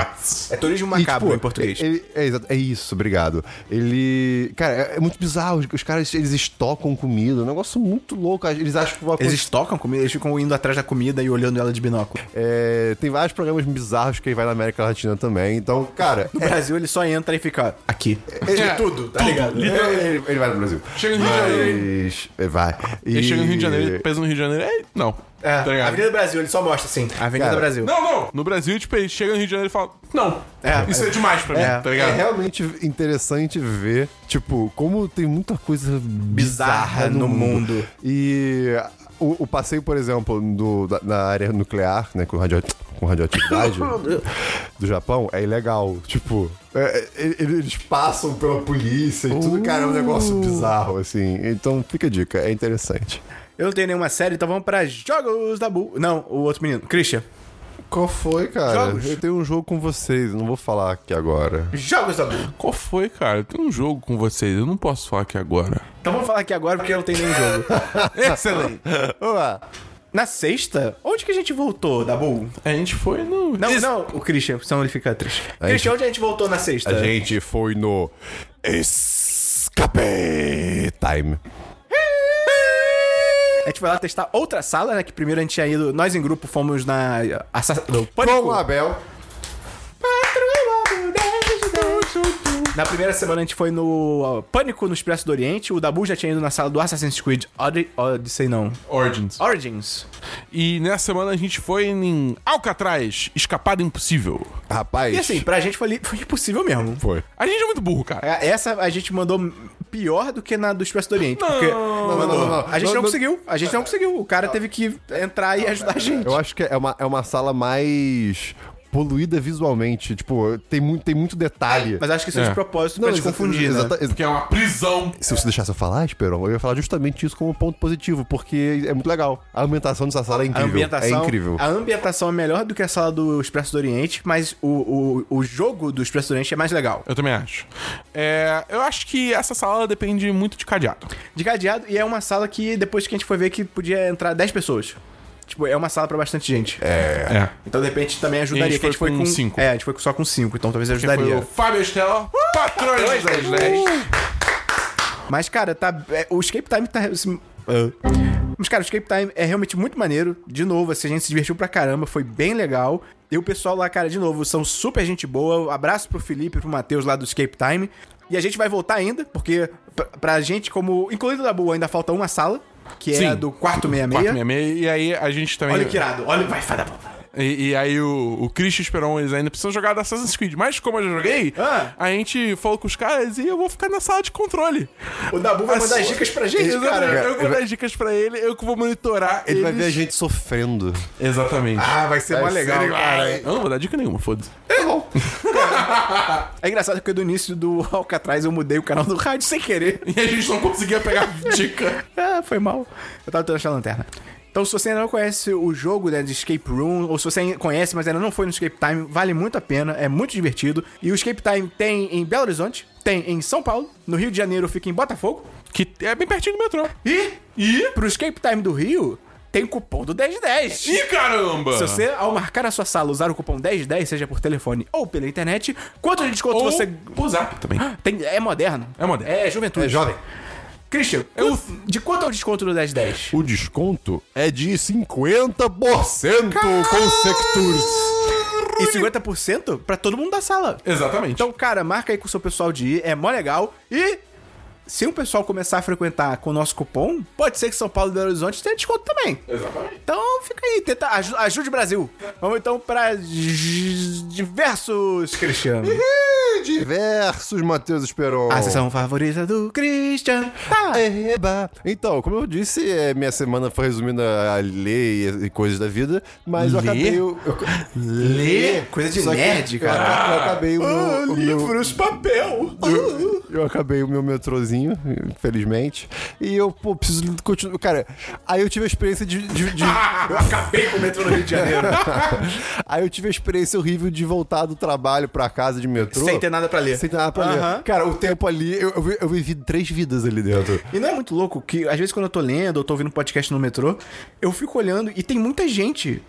Speaker 1: É turismo
Speaker 2: E,
Speaker 1: macabro
Speaker 2: tipo,
Speaker 1: em português.
Speaker 2: ele- é, exato, é isso, obrigado. Ele. Cara, é, é muito bizarro. Os, os caras, eles estocam comida. É um negócio muito louco. Eles acham que uma coisa.
Speaker 1: Eles estocam comida, eles ficam indo atrás da comida e olhando ela de binóculo.
Speaker 2: É, tem vários programas bizarros que aí vai na América Latina também. Então, cara,
Speaker 1: No Brasil, ele só entra e fica aqui.
Speaker 3: É, tudo, literalmente.
Speaker 2: É, tá Ele, ele vai no Brasil.
Speaker 3: Chega no Rio de Janeiro.
Speaker 2: Mas, é, vai. E,
Speaker 3: Ele chega no Rio de Janeiro, pesa no Rio de Janeiro. É, não.
Speaker 1: É,
Speaker 3: Tá ligado?
Speaker 1: Avenida Brasil, ele só mostra assim. Avenida
Speaker 2: Cara,
Speaker 1: Brasil.
Speaker 3: Não, não. No Brasil, tipo, ele chega no Rio de Janeiro e fala: Não,
Speaker 1: É,
Speaker 3: isso é, demais
Speaker 1: é,
Speaker 3: pra mim, tá
Speaker 2: É
Speaker 3: ligado?
Speaker 2: realmente interessante ver, tipo, como tem muita coisa bizarra,
Speaker 1: Bizarra no
Speaker 2: no
Speaker 1: mundo.
Speaker 2: mundo. E o, o passeio, por exemplo, do, da, na área nuclear, né, com, radio, com radioatividade
Speaker 1: Oh,
Speaker 2: do Japão, é ilegal. Tipo, é, é, eles passam pela polícia e tudo, cara, é um negócio bizarro, assim. Então, fica a dica, é interessante.
Speaker 1: Eu não tenho nenhuma série, então vamos pra Jogos da Bu. Não, o outro menino. Christian.
Speaker 2: Qual foi, cara?
Speaker 1: Jogos.
Speaker 2: Eu tenho um jogo com vocês, não vou falar aqui agora.
Speaker 1: Jogos da Bu.
Speaker 3: Qual foi, cara? Tem um jogo com vocês, eu não posso falar aqui agora.
Speaker 1: Então vamos falar aqui agora porque eu não tenho nenhum jogo.
Speaker 3: Excelente.
Speaker 2: Ué,
Speaker 1: Na sexta, onde que a gente voltou, Dabu?
Speaker 3: A gente foi no.
Speaker 1: Não, não, o Christian, senão ele fica triste. Christian, onde a gente voltou na sexta?
Speaker 2: a gente foi no Escape Time.
Speaker 1: A gente foi lá testar outra sala, né? Que primeiro a gente tinha ido. Nós em grupo fomos na. Assa... no Pânico.
Speaker 2: Com o Abel.
Speaker 1: Na primeira semana a gente foi no uh, Pânico no Expresso do Oriente. O Dabu já tinha ido na sala do Assassin's Creed Odyssey, Odyssey não.
Speaker 3: Origins.
Speaker 1: Origins.
Speaker 3: E nessa semana a gente foi em Alcatraz, Escapada Impossível.
Speaker 2: Rapaz.
Speaker 1: E assim, pra gente foi, li- foi impossível mesmo.
Speaker 2: foi.
Speaker 3: A gente é muito burro, cara.
Speaker 1: É, Essa a gente mandou pior do que na do Expresso do Oriente. Porque
Speaker 2: Não, não, não, não.
Speaker 1: a gente não,
Speaker 2: Não, não.
Speaker 1: conseguiu. A gente não conseguiu. O cara teve que entrar e ajudar a gente.
Speaker 2: Eu acho que é uma, é uma sala mais poluída visualmente. Tipo, tem muito, tem muito detalhe.
Speaker 1: Mas acho que isso é,
Speaker 3: É.
Speaker 1: de propósito pra te
Speaker 2: exa-
Speaker 1: confundir, né?
Speaker 2: exata- exa-
Speaker 3: Porque é uma prisão.
Speaker 2: Se você deixasse eu falar, Esperon, eu ia falar justamente isso como ponto positivo, porque é muito legal. A ambientação dessa sala é
Speaker 1: A
Speaker 2: incrível.
Speaker 1: ambientação,
Speaker 2: É incrível.
Speaker 1: a ambientação é melhor do que a sala do Expresso do Oriente, mas o, o, o jogo do Expresso do Oriente é mais legal.
Speaker 3: Eu também acho. É, eu acho que essa sala depende muito de cadeado.
Speaker 1: De cadeado, e é uma sala que depois que a gente foi ver que podia entrar 10 pessoas. Tipo, é uma sala pra bastante gente.
Speaker 3: É.
Speaker 1: Então, de repente, também ajudaria.
Speaker 3: E a gente
Speaker 1: que
Speaker 3: foi com cinco.
Speaker 1: É, a gente foi só com 5, então talvez
Speaker 3: Quem foi
Speaker 1: ajudaria.
Speaker 3: o Fábio Estela, patrões das 10.
Speaker 1: Mas, cara, tá. é, o escape time tá. assim, ah. Mas, cara, o escape time é realmente muito maneiro. De novo, assim, a gente se divertiu pra caramba, foi bem legal. E o pessoal lá, cara, de novo, são super gente boa. Abraço pro Felipe, pro Matheus lá do Escape Time. E a gente vai voltar ainda, porque pra, pra gente, como. Incluindo da Boa, ainda falta uma sala, que é
Speaker 3: Sim.
Speaker 1: a do 466.
Speaker 3: 466, e aí a gente também.
Speaker 1: Olha que irado, olha, vai, fada.
Speaker 3: E, e aí o, o Christian Esperon, eles ainda precisam jogar da Assassin's Creed. Mas como eu já joguei,
Speaker 1: Ah.
Speaker 3: a gente falou com os caras e eu vou ficar na sala de controle.
Speaker 1: O Dabu vai mandar
Speaker 3: Assim,
Speaker 1: as dicas pra gente,
Speaker 3: Exatamente.
Speaker 1: cara.
Speaker 3: Eu vou dar dicas pra ele, eu que vou monitorar
Speaker 2: Ele vai ver a
Speaker 3: eles.
Speaker 2: gente sofrendo.
Speaker 3: Exatamente.
Speaker 1: Ah, vai ser
Speaker 2: Vai
Speaker 1: mó
Speaker 2: ser
Speaker 1: legal,
Speaker 2: legal.
Speaker 1: cara.
Speaker 3: Eu não vou dar dica nenhuma, foda-se.
Speaker 1: É engraçado porque do início do Alcatraz eu mudei o canal do rádio sem querer.
Speaker 3: E a gente não conseguia pegar dica.
Speaker 1: Ah, foi mal. Eu tava tentando achar a lanterna. Então, se você ainda não conhece o jogo né, de Escape Room, ou se você ainda conhece, mas ainda não foi no Escape Time, vale muito a pena, é muito divertido. E o Escape Time tem em Belo Horizonte, tem em São Paulo, no Rio de Janeiro fica em Botafogo,
Speaker 3: Que é bem pertinho do metrô.
Speaker 1: e, e pro Escape Time do Rio, tem cupom do 1010.
Speaker 3: Ih, caramba!
Speaker 1: Se você, ao marcar a sua sala, usar o cupom 1010, seja por telefone ou pela internet, quanto de desconto
Speaker 3: Ou
Speaker 1: você...
Speaker 3: o Zap também.
Speaker 1: Tem, é moderno.
Speaker 3: É moderno.
Speaker 1: É juventude.
Speaker 2: É jovem.
Speaker 1: Christian, quanto- de quanto é o desconto do 1010?
Speaker 2: O desconto é de 50% com Sectors.
Speaker 1: E 50% pra todo mundo da sala.
Speaker 3: Exatamente.
Speaker 1: Então, cara, marca aí com o seu pessoal de ir, é mó legal. E se o pessoal começar a frequentar com o nosso cupom, pode ser que São Paulo e Belo Horizonte tenha desconto também.
Speaker 3: Exatamente.
Speaker 1: Então fica aí, tenta, aju- ajude o Brasil. Vamos então pra j- diversos Cristiano.
Speaker 2: Diversos, Matheus Esperon.
Speaker 1: A sessão favorita do Christian. Tá.
Speaker 2: Eba. Então, como eu disse, é, minha semana foi resumida a ler e, e coisas da vida, mas eu
Speaker 1: Ler?
Speaker 2: acabei. o- Eu, ler?
Speaker 1: Coisa de nerd, cara.
Speaker 2: Eu, acabei o meu- o meu-
Speaker 1: papel.
Speaker 2: Eu, eu acabei o meu metrozinho, infelizmente. E eu, pô, preciso continuar. Cara, aí eu tive a experiência de. de- de-
Speaker 1: Ah, Eu acabei com o metrô no Rio de Janeiro.
Speaker 2: aí eu tive a experiência horrível de voltar do trabalho pra casa de metrô.
Speaker 1: Sem ter nada pra ler.
Speaker 2: Sem ter nada pra
Speaker 1: Aham.
Speaker 2: ler. Cara, o tempo ali, eu, eu vi- eu vivi três vidas ali dentro.
Speaker 1: E não é muito louco que, às vezes, quando eu tô lendo ou tô ouvindo podcast no metrô, eu fico olhando e tem muita gente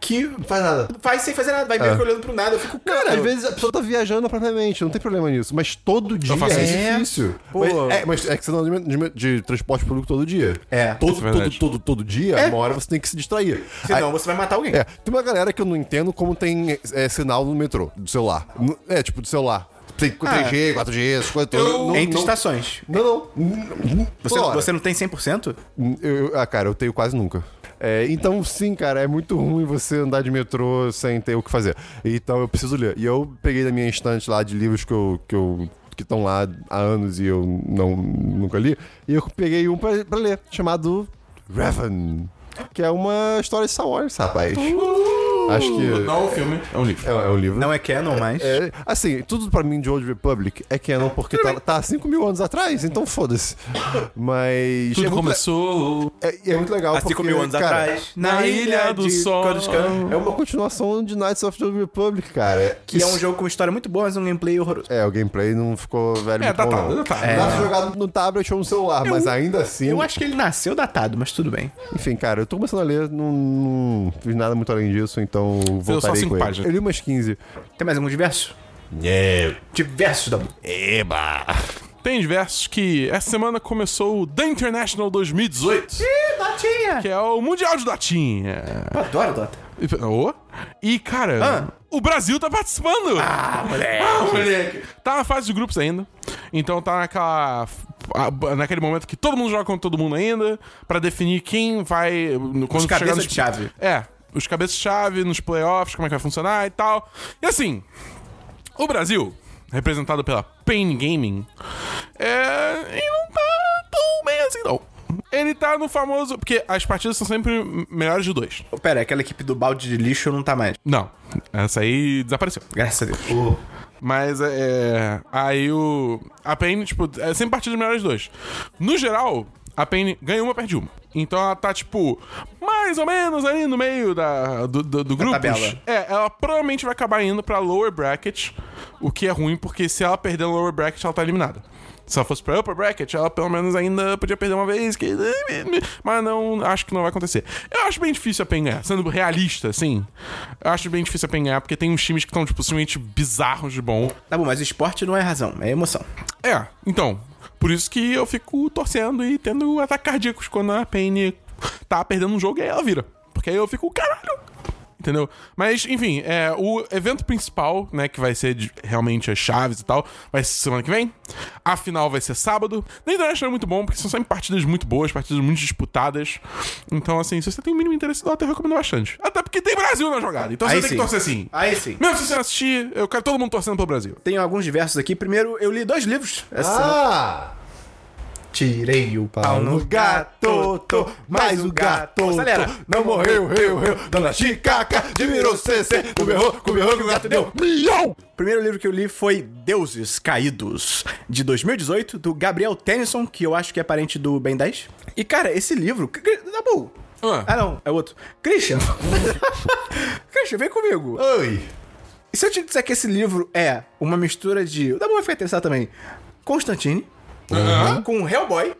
Speaker 1: que
Speaker 2: Faz nada.
Speaker 1: faz sem fazer nada, É. vai meio que olhando pro nada. Eu fico, cara.
Speaker 2: Cara, às vezes a pessoa tá viajando propriamente, não tem problema nisso. Mas todo dia
Speaker 3: faço isso.
Speaker 2: é difícil.
Speaker 1: Pô.
Speaker 2: Mas é, mas é que você não anda de, de transporte público todo dia.
Speaker 1: É.
Speaker 2: Todo,
Speaker 3: Isso é
Speaker 2: todo,
Speaker 3: verdade.
Speaker 2: todo, todo dia, uma hora você tem que se distrair. Aí-
Speaker 1: Senão você vai matar alguém.
Speaker 2: É, tem uma galera que eu não entendo como tem é, sinal no metrô, do celular. N- É, tipo, do celular. Tem
Speaker 1: Ah.
Speaker 2: 3G, 4G, essas coisas todas. Não-
Speaker 1: Entre
Speaker 2: não-
Speaker 1: estações.
Speaker 2: Não, Hum, não.
Speaker 1: Você,
Speaker 2: Toda hora.
Speaker 1: você não tem 100%?
Speaker 2: Eu- eu- ah, cara, eu tenho quase nunca. É, então, sim, cara, é muito ruim você andar de metrô sem ter o que fazer. Então, eu preciso ler. E eu peguei da minha estante lá de livros que eu. Que eu que estão lá há anos e eu não, nunca li. E eu peguei um pra, pra ler, chamado Raven. Que é uma história de Star Wars, rapaz. Acho que.
Speaker 3: Não é um filme, é um livro.
Speaker 2: É, é um livro.
Speaker 1: Não é canon mais.
Speaker 2: É, assim, tudo pra mim de Old Republic é canon porque tá, tá há 5 mil anos atrás, então foda-se. Mas. é
Speaker 3: Tudo
Speaker 2: muito
Speaker 3: começou.
Speaker 2: é, e é muito legal
Speaker 1: Há 5
Speaker 2: porque,
Speaker 1: assim mil anos
Speaker 2: cara,
Speaker 1: atrás, na
Speaker 3: na
Speaker 1: Ilha
Speaker 3: Ilha
Speaker 1: do
Speaker 3: do Sol.
Speaker 1: Coruscant.
Speaker 2: É uma continuação de Knights of the Old Republic, cara.
Speaker 1: Que é um
Speaker 2: Isso-
Speaker 1: jogo com uma história muito boa, mas um gameplay horroroso.
Speaker 2: É, o gameplay não ficou velho
Speaker 3: É,
Speaker 2: muito bom,
Speaker 3: datado,
Speaker 2: não.
Speaker 3: datado.
Speaker 2: Dá pra jogar no tablet ou no celular, mas ainda assim...
Speaker 1: Eu acho que ele nasceu datado, mas tudo bem.
Speaker 2: Enfim, cara, eu tô começando a ler, não, não fiz nada muito além disso, então voltarei
Speaker 3: só cinco
Speaker 2: com ele.
Speaker 3: páginas.
Speaker 2: Eu li umas 15.
Speaker 1: Tem mais algum diverso? Diverso da
Speaker 2: Eba!
Speaker 3: Tem diversos que essa semana começou o The International 2018,
Speaker 1: Dotinha!
Speaker 3: que é o Mundial de Dotinha.
Speaker 1: Eu adoro Dota.
Speaker 3: E- Ô? E, cara,
Speaker 1: Ah.
Speaker 3: o Brasil tá participando! Ah, moleque! Ah, moleque! Tá na fase de grupos ainda. Então tá naquela. a- Naquele momento que todo mundo joga contra todo mundo ainda, pra definir quem vai. no- Quando chegar
Speaker 1: cabeça
Speaker 3: nos-
Speaker 1: de chave.
Speaker 3: É, os cabeças-chave nos playoffs, como é que vai funcionar e tal. E assim, o Brasil, representado pela Pain Gaming, é, e não tá tão bem assim, não. Ele tá no famoso. Porque as partidas são sempre melhores de dois.
Speaker 1: Pera, aquela equipe do balde de lixo não tá mais.
Speaker 3: Não. Essa aí desapareceu.
Speaker 1: Graças a Deus.
Speaker 3: Mas é. Aí o. A Payne, tipo, é sempre partida de melhores dois. No geral, a Payne ganha uma, perde uma. Então ela tá, tipo, mais ou menos ali no meio da, do, do, do grupo.
Speaker 1: tabela.
Speaker 3: É, ela provavelmente vai acabar indo pra lower bracket, o que é ruim, porque se ela perder no lower bracket, ela tá eliminada. Se ela fosse pra upper bracket, ela pelo menos ainda podia perder uma vez, que... mas não, acho que não vai acontecer. Eu acho bem difícil a PEN ganhar, sendo realista, assim. Eu acho bem difícil a PEN ganhar, porque tem uns times que estão, tipo, simplesmente bizarros de bom.
Speaker 1: Tá bom, mas o esporte não é razão, é emoção.
Speaker 3: É, então. Por isso que eu fico torcendo e tendo ataques cardíacos quando a Penny tá perdendo um jogo e aí ela vira. Porque aí eu fico, caralho! Entendeu? Mas, enfim, é, o evento principal, né, que vai ser de- realmente as chaves e tal, vai ser semana que vem. A final vai ser sábado. Na International é muito bom, porque são sempre partidas muito boas, partidas muito disputadas. Então, assim, se você tem o mínimo interesse, eu até recomendo bastante. Até porque tem Brasil na jogada, então
Speaker 1: Aí
Speaker 3: você tem
Speaker 1: sim.
Speaker 3: que torcer sim.
Speaker 1: Aí sim.
Speaker 3: Mesmo se você não assistir, eu quero todo mundo torcendo pelo Brasil.
Speaker 1: Tenho alguns diversos aqui. Primeiro, eu li dois livros essa semana.
Speaker 2: Ah!
Speaker 1: Tirei o pau
Speaker 2: No gato, tô, mais um gato.
Speaker 1: Acelera.
Speaker 2: tô. Não morreu, eu, eu. Dona Chicaca, admirou CC. Cuberrou, cuberrou, que o gato deu milhão.
Speaker 1: O primeiro livro que eu li foi Deuses Caídos, de 2018, do Gabriel Tennyson, que eu acho que é parente do Ben 10. E, cara, esse livro... C- C- Tá bom.
Speaker 3: Ah.
Speaker 1: Ah, não. É outro. Christian. Christian, vem comigo.
Speaker 2: Oi.
Speaker 1: E se eu te disser que esse livro é uma mistura de. Dá bom ficar interessado também. Constantine. Com Hellboy.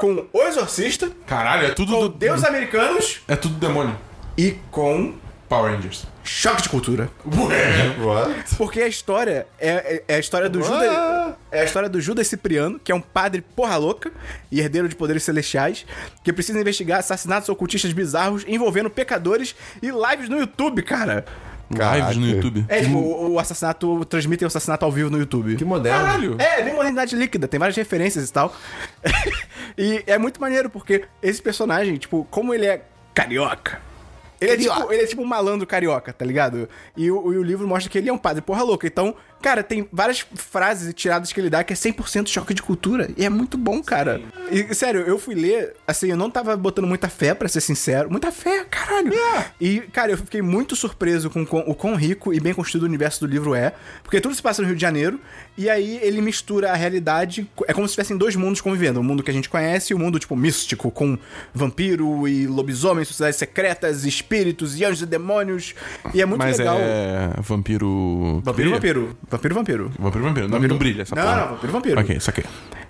Speaker 1: Com O Exorcista.
Speaker 3: Caralho, é tudo
Speaker 1: Com
Speaker 3: do-
Speaker 1: Deus Americanos.
Speaker 3: É tudo demônio.
Speaker 1: E com
Speaker 3: Power Rangers.
Speaker 1: Choque de Cultura.
Speaker 2: What?
Speaker 1: Porque a história é, é- é a história do Judas. É a história do Judas Cipriano, que é um padre porra louca e herdeiro de poderes celestiais, que precisa investigar assassinatos ocultistas bizarros envolvendo pecadores e lives no YouTube, cara.
Speaker 3: Lives no YouTube.
Speaker 1: É, tipo, o, o assassinato. Transmitem o assassinato ao vivo no YouTube.
Speaker 2: Que moderno.
Speaker 3: Caralho!
Speaker 1: É, bem modernidade líquida, tem várias referências e tal. e é muito maneiro, porque esse personagem, tipo, como ele é carioca. Ele é, tipo, ele é tipo um malandro carioca, tá ligado? E o, e o livro mostra que ele é um padre porra louca. Então, cara, tem várias frases e tiradas que ele dá que é 100% choque de cultura. E é muito bom, cara. E, sério, eu fui ler, assim, eu não tava botando muita fé, pra ser sincero. Muita fé, caralho. E, cara, eu fiquei muito surpreso com o quão- o quão rico e bem construído o universo do livro é. Porque tudo se passa no Rio de Janeiro. E aí ele mistura a realidade. co- É como se tivessem dois mundos convivendo. O mundo que a gente conhece e o mundo, tipo, místico, com vampiro e lobisomens, sociedades secretas, espíritos e anjos e demônios. E é muito
Speaker 3: Mas
Speaker 1: legal.
Speaker 3: é. Vampiro.
Speaker 1: Vampiro,
Speaker 3: brilha?
Speaker 1: vampiro. Vampiro, vampiro.
Speaker 3: Vampiro, vampiro. Não, não brilha essa
Speaker 1: Não,
Speaker 3: porra.
Speaker 1: não, vampiro, vampiro.
Speaker 3: Ok, saquei.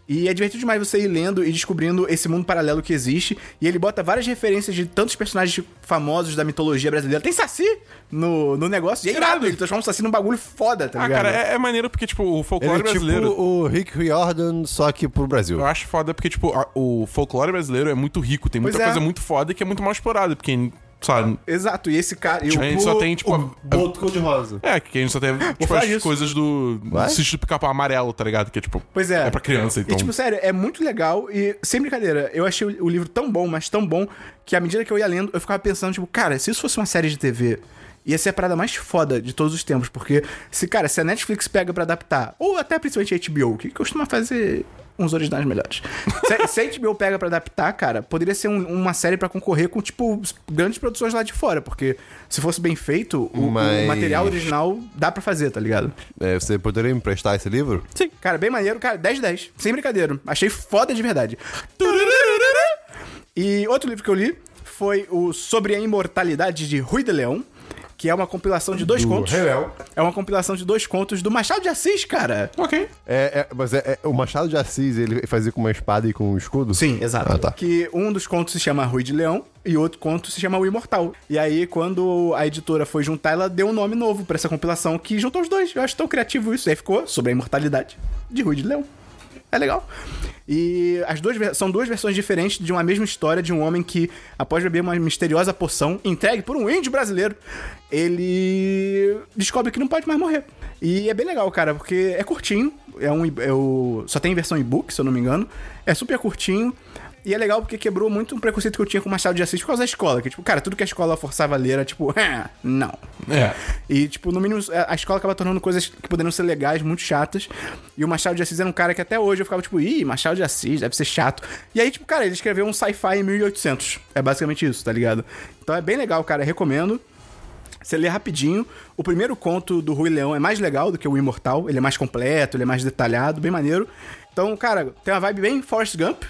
Speaker 1: E é divertido demais você ir lendo e descobrindo esse mundo paralelo que existe. E ele bota várias referências de tantos personagens famosos da mitologia brasileira. Tem Saci no, no negócio. E é irado, ele transforma o Saci num bagulho foda, tá
Speaker 3: Ah,
Speaker 1: ligado?
Speaker 3: cara, é, é maneiro porque, tipo, o
Speaker 2: Ele
Speaker 3: folclore
Speaker 2: é tipo
Speaker 3: brasileiro.
Speaker 2: o Rick Riordan, só que pro Brasil.
Speaker 3: Eu acho foda porque, tipo, a- o folclore brasileiro é muito rico. Tem muita
Speaker 1: Pois é.
Speaker 3: coisa muito foda que é muito mal explorada. Porque, sabe.
Speaker 1: Exato, e esse cara. e o-
Speaker 3: A gente só tem, tipo. a-
Speaker 2: cor-de-rosa.
Speaker 3: É, que a gente só tem, tipo,
Speaker 1: falar
Speaker 3: as
Speaker 1: disso.
Speaker 3: coisas do.
Speaker 2: Vai?
Speaker 3: do Sítio do pica-pau amarelo, tá ligado? Que é, tipo.
Speaker 1: Pois é.
Speaker 3: É pra criança, então.
Speaker 1: E, tipo, sério, é muito legal e, sem brincadeira, eu achei o, o livro tão bom, mas tão bom, que à medida que eu ia lendo, eu ficava pensando, tipo, cara, se isso fosse uma série de TV, ia ser a parada mais foda de todos os tempos, porque se, cara, se a Netflix pega pra adaptar, ou até principalmente a HBO, que costuma fazer uns originais melhores. Se, se a HBO pega pra adaptar, cara, poderia ser um- uma série pra concorrer com, tipo, grandes produções lá de fora, porque se fosse bem feito, o, o
Speaker 2: Mas-
Speaker 1: material original dá pra fazer, tá ligado?
Speaker 2: É, você poderia me emprestar esse livro?
Speaker 1: Sim. Cara, bem maneiro, cara. 10 de 10. Sem brincadeira. Achei foda de verdade. E outro livro que eu li foi o Sobre a Imortalidade de Rui de Leão, que é uma compilação de dois contos.
Speaker 2: Rei Leão.
Speaker 1: É uma compilação de dois contos do Machado de Assis, cara.
Speaker 3: Ok.
Speaker 2: É, é, mas é, é- o Machado de Assis, ele fazia com uma espada e com um escudo?
Speaker 1: Sim, exato.
Speaker 2: Ah, tá.
Speaker 1: Que um dos contos se chama Rui de Leão e outro conto se chama O Imortal. E aí, quando a editora foi juntar, ela deu um nome novo pra essa compilação que juntou os dois. Eu acho tão criativo isso. E aí ficou Sobre a Imortalidade de Rui de Leão. É legal. E as duas ver- são duas versões diferentes de uma mesma história de um homem que, após beber uma misteriosa poção entregue por um índio brasileiro, ele descobre que não pode mais morrer. E é bem legal, cara, porque é curtinho, é um, e- é o- só tem versão e-book, se eu não me engano. É super curtinho, E é legal porque quebrou muito um preconceito que eu tinha com o Machado de Assis por causa da escola. Que, tipo, cara, tudo que a escola forçava a ler era tipo, "Ah, não.
Speaker 3: É.
Speaker 1: E, tipo, no mínimo, a escola acaba tornando coisas que poderiam ser legais, muito chatas. E o Machado de Assis era um cara que até hoje eu ficava tipo, ih, Machado de Assis, deve ser chato. E aí, tipo, cara, ele escreveu um sci-fi em 1800. É basicamente isso, tá ligado? Então é bem legal, cara, recomendo. Você lê rapidinho. O primeiro conto do Rui Leão é mais legal do que o Imortal. Ele é mais completo, ele é mais detalhado, bem maneiro. Então, cara, tem uma vibe bem Forrest Gump.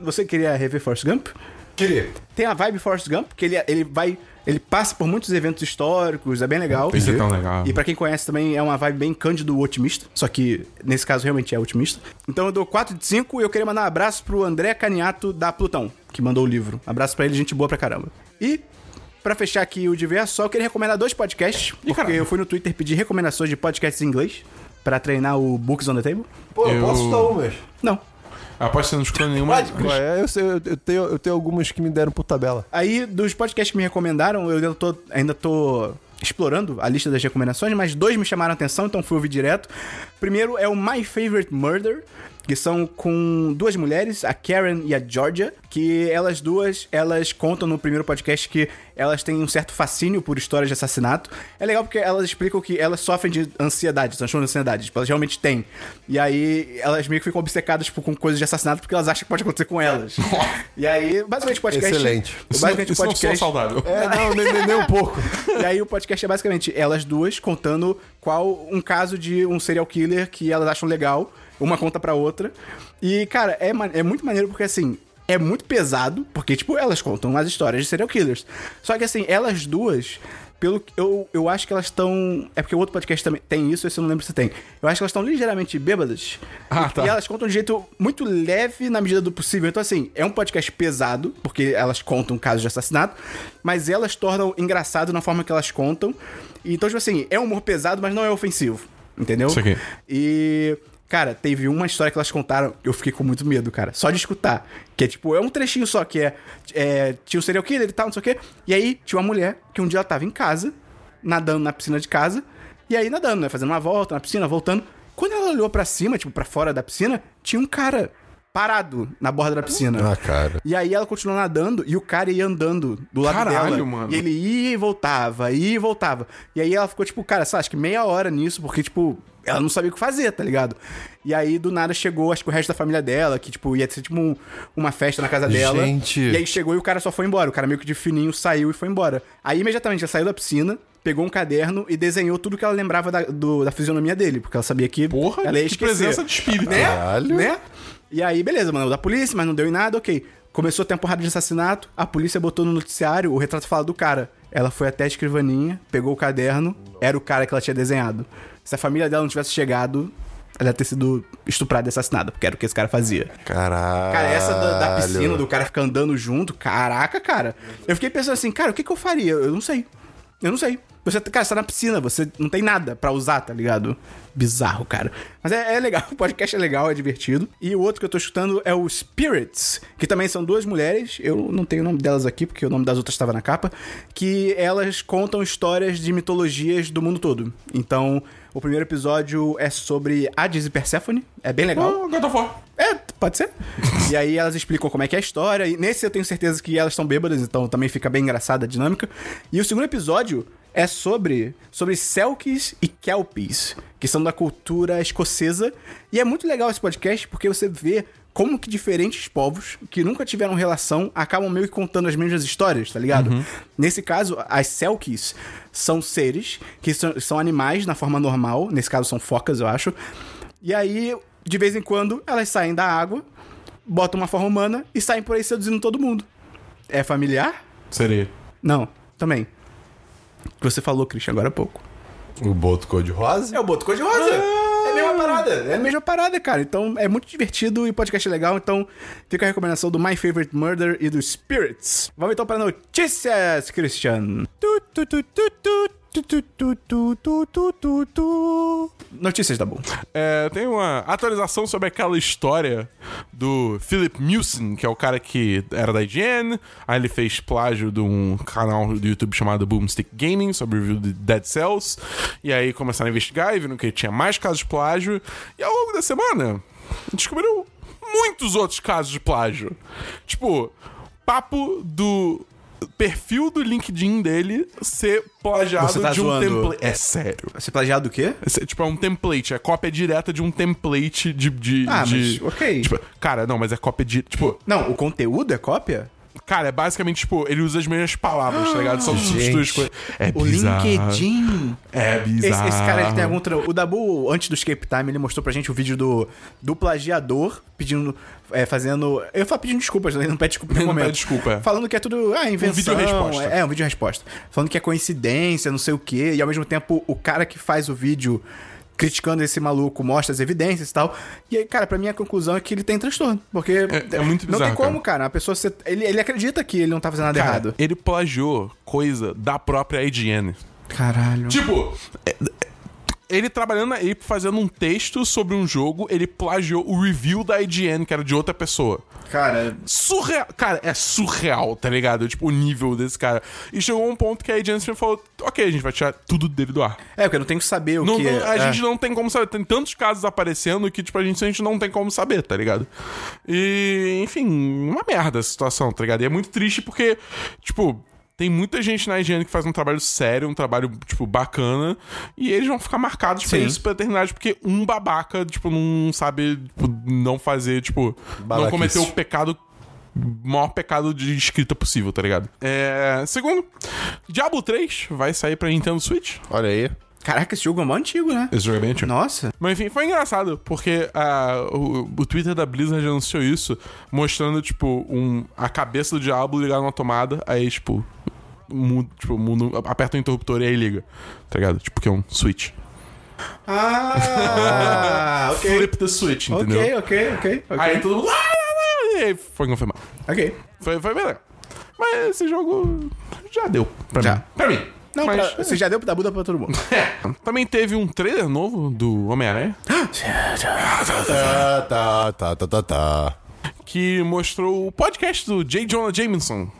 Speaker 1: Você queria rever Forrest Gump? Queria. Tem a vibe Forrest Gump, que ele, ele vai... Ele passa por muitos eventos históricos, é bem legal.
Speaker 3: Isso é tão legal.
Speaker 1: E pra quem conhece também, é uma vibe bem cândido otimista. Só que, nesse caso, realmente é otimista. Então eu dou 4 de 5 e eu queria mandar um abraço pro André Caniato da Plutão, que mandou o livro. Abraço pra ele, gente boa pra caramba. E... Pra fechar aqui o diverso, só eu queria recomendar dois podcasts, porque
Speaker 3: caralho.
Speaker 1: eu fui no Twitter pedir recomendações de podcasts em inglês pra treinar o Books on the Table.
Speaker 2: Pô,
Speaker 3: eu posso um, citar
Speaker 2: umas?
Speaker 1: Não.
Speaker 3: Após você não escutou nenhuma.
Speaker 2: é? eu, sei, eu, eu tenho, eu tenho algumas que me deram por tabela.
Speaker 1: Aí, dos podcasts que me recomendaram, eu ainda tô, ainda tô explorando a lista das recomendações, mas dois me chamaram a atenção, então fui ouvir direto. Primeiro é o My Favorite Murder, que são com duas mulheres, a Karen e a Georgia, que elas duas, elas contam no primeiro podcast que elas têm um certo fascínio por histórias de assassinato. É legal porque elas explicam que elas sofrem de ansiedade, transtorno de ansiedade, tipo, elas realmente têm. E aí, elas meio que ficam obcecadas tipo, com coisas de assassinato porque elas acham que pode acontecer com elas. e aí, basicamente o podcast...
Speaker 2: Excelente.
Speaker 3: Isso, não-
Speaker 1: Basicamente o
Speaker 3: isso não sou
Speaker 1: podcast...
Speaker 3: saudável.
Speaker 2: É, não, nem, nem- nem um pouco.
Speaker 1: E aí o podcast é basicamente elas duas contando qual um caso de um serial killer que elas acham legal, uma conta pra outra. E, cara, é, ma- é muito maneiro porque assim. É muito pesado, porque, tipo, elas contam as histórias de serial killers. Só que, assim, elas duas, pelo que eu, eu acho que elas estão. É porque o outro podcast também tem isso, esse eu não lembro se tem. Eu acho que elas estão ligeiramente bêbadas.
Speaker 3: Ah, tá.
Speaker 1: E elas contam de um jeito muito leve na medida do possível. Então, assim, é um podcast pesado, porque elas contam casos de assassinato, mas elas tornam engraçado na forma que elas contam. E, Então, tipo assim, é um humor pesado, mas não é ofensivo. Entendeu?
Speaker 3: Isso aqui.
Speaker 1: E. Cara, teve uma história que elas contaram, eu fiquei com muito medo, cara. Só de escutar. Que é tipo, é um trechinho só, que é. é tinha o serial killer e tal, não sei o quê. E aí tinha uma mulher que um dia ela tava em casa, nadando na piscina de casa. E aí nadando, né? Fazendo uma volta na piscina, voltando. Quando ela olhou pra cima, tipo, pra fora da piscina, tinha um cara parado na borda da piscina.
Speaker 2: Ah, cara.
Speaker 1: E aí ela continuou nadando e o cara ia andando do lado
Speaker 3: Caralho,
Speaker 1: dela.
Speaker 3: mano.
Speaker 1: E ele ia e voltava, ia e voltava. E aí ela ficou, tipo, cara, sei lá, acho que meia hora nisso, porque, tipo, ela não sabia o que fazer, tá ligado? E aí, do nada, chegou, acho que o resto da família dela, que, tipo, ia ser, tipo, um- uma festa na casa dela.
Speaker 2: Gente.
Speaker 1: E aí chegou e o cara só foi embora. O cara meio que de fininho saiu e foi embora. Aí, imediatamente, ela saiu da piscina, pegou um caderno e desenhou tudo que ela lembrava da, do- da fisionomia dele, porque ela sabia que
Speaker 3: Porra,
Speaker 1: ela ia
Speaker 3: que
Speaker 1: esquecer.
Speaker 3: presença de espírito.
Speaker 2: Caralho.
Speaker 1: Né? E aí, beleza, mano, da polícia, mas não deu em nada, ok. Começou a temporada de assassinato, a polícia botou no noticiário o retrato falado do cara. Ela foi até a escrivaninha, pegou o caderno, era o cara que ela tinha desenhado. Se a família dela não tivesse chegado, ela ia ter sido estuprada e assassinada, porque era o que esse cara fazia.
Speaker 2: Caralho.
Speaker 1: Cara, essa da, da piscina, do cara ficar andando junto, caraca, cara. Eu fiquei pensando assim, cara, o que, que eu faria? Eu não sei. Eu não sei. Você, cara, você tá na piscina, você não tem nada pra usar, tá ligado? Bizarro, cara. Mas é, é legal, o podcast é legal, é divertido. E o outro que eu tô escutando é o Spirits, que também são duas mulheres, eu não tenho o nome delas aqui, porque o nome das outras estava na capa, que elas contam histórias de mitologias do mundo todo. Então, o primeiro episódio é sobre Hades e Perséfone, é bem legal.
Speaker 3: Ah, God of War.
Speaker 1: É, pode ser. e aí elas explicam como é que é a história. E nesse eu tenho certeza que elas estão bêbadas, então também fica bem engraçada a dinâmica. E o segundo episódio é sobre sobre Selkies e Kelpies, que são da cultura escocesa. E é muito legal esse podcast porque você vê como que diferentes povos que nunca tiveram relação acabam meio que contando as mesmas histórias, tá ligado? Nesse caso, as Selkies são seres que são, são animais na forma normal, nesse caso são focas, eu acho. E aí, de vez em quando, elas saem da água, botam uma forma humana e saem por aí seduzindo todo mundo. É familiar?
Speaker 3: Seria.
Speaker 1: Não, também. O que você falou, Christian, agora há pouco.
Speaker 2: O boto cor-de-rosa?
Speaker 1: É o Boto Cor-de-Rosa. É a mesma parada. É a mesma parada, cara. Então é muito divertido e o podcast é legal. Então fica a recomendação do My Favorite Murder e do Spirits. Vamos então para notícias, Christian. Tu, tu, tu, tu, tu, tu, tu, tu, tu, tu, tu, tu, tu. Notícias da Boom.
Speaker 3: É, tem uma atualização sobre aquela história do Philip Mewson, que é o cara que era da IGN, aí ele fez plágio de um canal do YouTube chamado Boomstick Gaming, sobre review de Dead Cells, e aí começaram a investigar e viram que tinha mais casos de plágio, e ao longo da semana descobriram muitos outros casos de plágio. Tipo, papo do perfil do LinkedIn dele ser plagiado
Speaker 1: Você tá
Speaker 3: de um
Speaker 1: zoando.
Speaker 3: template. É sério.
Speaker 1: Você plagiado do quê?
Speaker 3: Esse, tipo, é um template, é cópia direta de um template de. de
Speaker 1: Ah,
Speaker 3: de-
Speaker 1: mas ok.
Speaker 3: Tipo, cara, não, mas é cópia de. Tipo,
Speaker 1: Não, o conteúdo é cópia?
Speaker 3: cara, é basicamente, tipo, ele usa as mesmas palavras, tá ligado? Só substitui as coisas. É
Speaker 1: O
Speaker 3: bizarro.
Speaker 1: LinkedIn.
Speaker 3: É
Speaker 1: Esse,
Speaker 3: bizarro.
Speaker 1: esse cara ele tem algum. tra- O Dabu, antes do Escape Time, ele mostrou pra gente o vídeo do, do plagiador pedindo. é, fazendo. Eu falo pedindo desculpas, né? ele não pede desculpa em nenhum
Speaker 3: Ele não
Speaker 1: momento.
Speaker 3: pede desculpa, é.
Speaker 1: Falando que é tudo. Ah, invenção.
Speaker 3: vídeo-resposta.
Speaker 1: É, um vídeo resposta. Falando que é coincidência, não sei o quê. E ao mesmo tempo, o cara que faz o vídeo criticando esse maluco mostra as evidências e tal. E aí, cara, pra mim a conclusão é que ele tem transtorno. Porque.
Speaker 3: É- é muito
Speaker 1: Não tem
Speaker 3: bizarro,
Speaker 1: como, cara. A pessoa. se- Ele, ele acredita que ele não tá fazendo nada
Speaker 3: Cara,
Speaker 1: errado.
Speaker 3: Ele plagiou coisa da própria IGN.
Speaker 1: Caralho.
Speaker 3: Tipo, é- é- ele trabalhando, na- ele fazendo um texto sobre um jogo, ele plagiou o review da IGN, que era de outra pessoa.
Speaker 1: Cara.
Speaker 3: Surreal. Cara, é surreal, tá ligado? Tipo, o nível desse cara. E chegou um ponto que a IGN simplesmente falou: ok, a gente vai tirar tudo dele do ar.
Speaker 1: É, porque eu não tenho que saber o
Speaker 3: Não-
Speaker 1: que.
Speaker 3: não- a
Speaker 1: é.
Speaker 3: gente não tem como saber. Tem tantos casos aparecendo que, tipo, a gente, a gente não tem como saber, tá ligado? E, enfim, uma merda essa situação, tá ligado? E é muito triste porque, tipo. Tem muita gente na higiene que faz um trabalho sério, um trabalho, tipo, bacana, e eles vão ficar marcados pra
Speaker 1: Sim.
Speaker 3: isso pra eternidade, porque um babaca, tipo, não sabe, tipo, não fazer, tipo, não
Speaker 2: Babaquice.
Speaker 3: cometer o pecado, maior pecado de escrita possível, tá ligado? É, segundo, Diablo 3 vai sair pra Nintendo Switch.
Speaker 2: Olha aí.
Speaker 1: Caraca, esse jogo é mó antigo, né?
Speaker 3: Esse jogo é bem antigo.
Speaker 1: Nossa.
Speaker 3: Mas enfim, foi engraçado, porque ah, o, o Twitter da Blizzard anunciou isso, mostrando, tipo, um, a cabeça do Diablo ligada numa tomada, aí, tipo, muda, tipo muda, aperta o interruptor e aí liga, tá ligado? Tipo, que é um switch.
Speaker 1: Ah, ok.
Speaker 3: Flip the switch, entendeu?
Speaker 1: Ok, ok, ok. ok.
Speaker 3: Aí todo mundo... "Ah, ah, ah", E aí foi confirmado.
Speaker 1: Ok.
Speaker 3: Foi, foi bem legal. Mas esse jogo já deu pra
Speaker 1: Já.
Speaker 3: mim. Pra mim.
Speaker 1: Não,
Speaker 3: Mas-
Speaker 1: pra- você já deu da Buda pra todo mundo.
Speaker 3: É. Também teve um trailer novo do Homem-Aranha.
Speaker 2: Tá, Ah, tá, tá, tá, tá, tá.
Speaker 3: que mostrou o podcast do J. Jonah Jameson.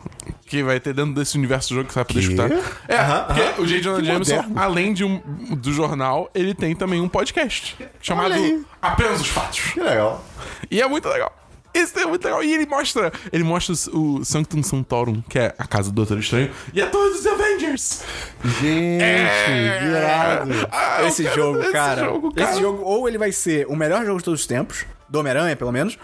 Speaker 3: Que vai ter dentro desse universo do jogo que você vai poder escutar. É, porque o J. Jonah Jameson, além de um, do jornal, ele tem também um podcast. Chamado
Speaker 2: aí.
Speaker 3: Apenas os Fatos.
Speaker 2: Que legal.
Speaker 3: E é muito legal. Isso é muito legal. E ele mostra. Ele mostra o Sanctum Sanctorum, que é a casa do Doutor Estranho, e a todos os Avengers.
Speaker 2: Gente,
Speaker 1: É,
Speaker 2: virado.
Speaker 3: Ah, eu
Speaker 1: Esse
Speaker 3: quero-
Speaker 1: jogo,
Speaker 3: esse
Speaker 1: cara.
Speaker 3: jogo, cara.
Speaker 1: Esse jogo, ou ele vai ser o melhor jogo de todos os tempos, do Homem-Aranha, pelo menos,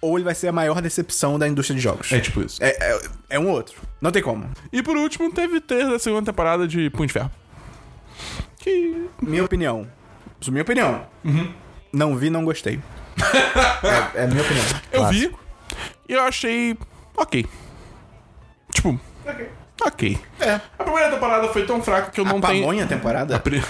Speaker 1: ou ele vai ser a maior decepção da indústria de jogos.
Speaker 3: É tipo isso.
Speaker 1: É, é- é um outro. Não tem como.
Speaker 3: E por último, teve três da segunda temporada de Punho de Ferro. Que
Speaker 1: Minha opinião. Isso é minha opinião. Não vi, não gostei. é, é minha opinião.
Speaker 3: Eu vi e eu achei ok. Tipo, ok.
Speaker 1: É.
Speaker 3: A primeira temporada foi tão fraca que eu não
Speaker 1: A
Speaker 3: tenho.
Speaker 1: pamonha temporada?
Speaker 3: A, pri-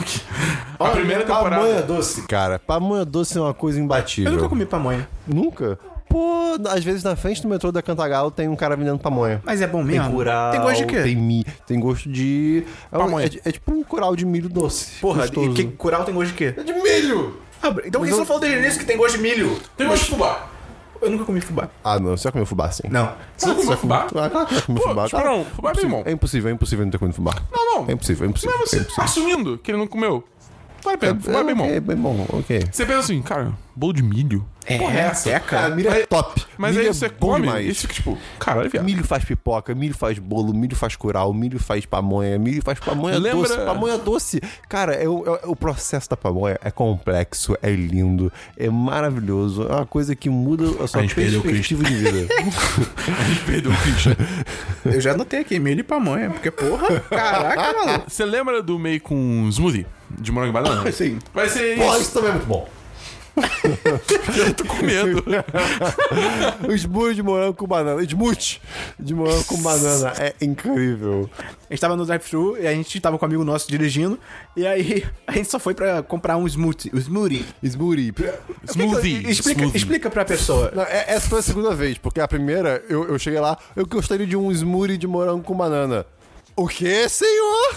Speaker 3: a primeira
Speaker 2: Pamonha
Speaker 3: temporada.
Speaker 2: doce, cara. Pamonha doce é uma coisa imbatível.
Speaker 1: Eu nunca comi pamonha.
Speaker 2: Nunca? Pô, às vezes na frente do metrô da Cantagalo tem um cara vendendo pamonha.
Speaker 1: Mas é bom
Speaker 2: Tem
Speaker 1: mesmo.
Speaker 2: curau,
Speaker 1: Tem gosto de quê?
Speaker 2: Tem mi, tem gosto de... É, um-
Speaker 3: Pamonha.
Speaker 2: é de- é tipo um curau de milho doce.
Speaker 1: Porra,
Speaker 2: Gostoso.
Speaker 1: e que curau tem gosto de quê?
Speaker 2: É de milho!
Speaker 1: Ah, então por que você não falou desde o início que tem gosto de milho?
Speaker 3: Tem gosto de fubá.
Speaker 1: Eu nunca comi fubá.
Speaker 2: Ah, não. Você já comeu fubá, sim.
Speaker 1: Não.
Speaker 3: Você não comeu fubá?
Speaker 2: Ah, claro que já comeu
Speaker 3: Pô,
Speaker 2: fubá.
Speaker 3: tipo,
Speaker 2: claro.
Speaker 3: não, fubá é bem
Speaker 2: impossível,
Speaker 3: bom.
Speaker 2: é impossível, é impossível não ter comido fubá.
Speaker 3: Não, não.
Speaker 2: É impossível, é impossível.
Speaker 3: Mas você,
Speaker 2: é impossível.
Speaker 3: assumindo que ele não comeu, vale a pena. Fubá é bem bom.
Speaker 2: É bem bom, ok.
Speaker 3: Você pensa assim, cara, bolo de milho. Porra, é essa?
Speaker 1: É,
Speaker 2: Cara,
Speaker 1: cara.
Speaker 2: milho é top.
Speaker 3: Mas
Speaker 2: milho
Speaker 3: aí você
Speaker 2: é bom
Speaker 3: come
Speaker 2: demais.
Speaker 3: e fica tipo, caralho, viado.
Speaker 2: Milho faz pipoca, milho faz bolo, milho faz curau, milho faz pamonha, milho faz pamonha
Speaker 3: Lembra-
Speaker 2: doce. Pamonha doce. Cara, é o, é o processo da pamonha é complexo, é lindo, é maravilhoso. É uma coisa que muda a sua
Speaker 3: gente perdeu o
Speaker 2: perspectiva de vida.
Speaker 3: A gente perdeu o Christian.
Speaker 1: Eu já anotei aqui, milho e pamonha. Porque, porra, caraca, maluco.
Speaker 3: Você lembra do meio com smoothie de morango e banana?
Speaker 2: assim.
Speaker 1: Sim.
Speaker 3: Vai ser
Speaker 2: Pô,
Speaker 3: isso
Speaker 2: isso também é muito bom.
Speaker 3: com medo.
Speaker 2: Smoothie de morango com banana. Smoothie de morango com banana. É incrível.
Speaker 1: A gente tava no drive-thru e a gente tava com um amigo nosso dirigindo. E aí a gente só foi pra comprar um smoothie. O smoothie.
Speaker 2: Smoothie.
Speaker 3: Smoothie.
Speaker 1: Explica,
Speaker 3: smoothie.
Speaker 1: explica pra pessoa.
Speaker 2: Não, é- essa foi a segunda vez, porque a primeira eu, eu cheguei lá, eu gostaria de um smoothie de morango com banana. O que, senhor?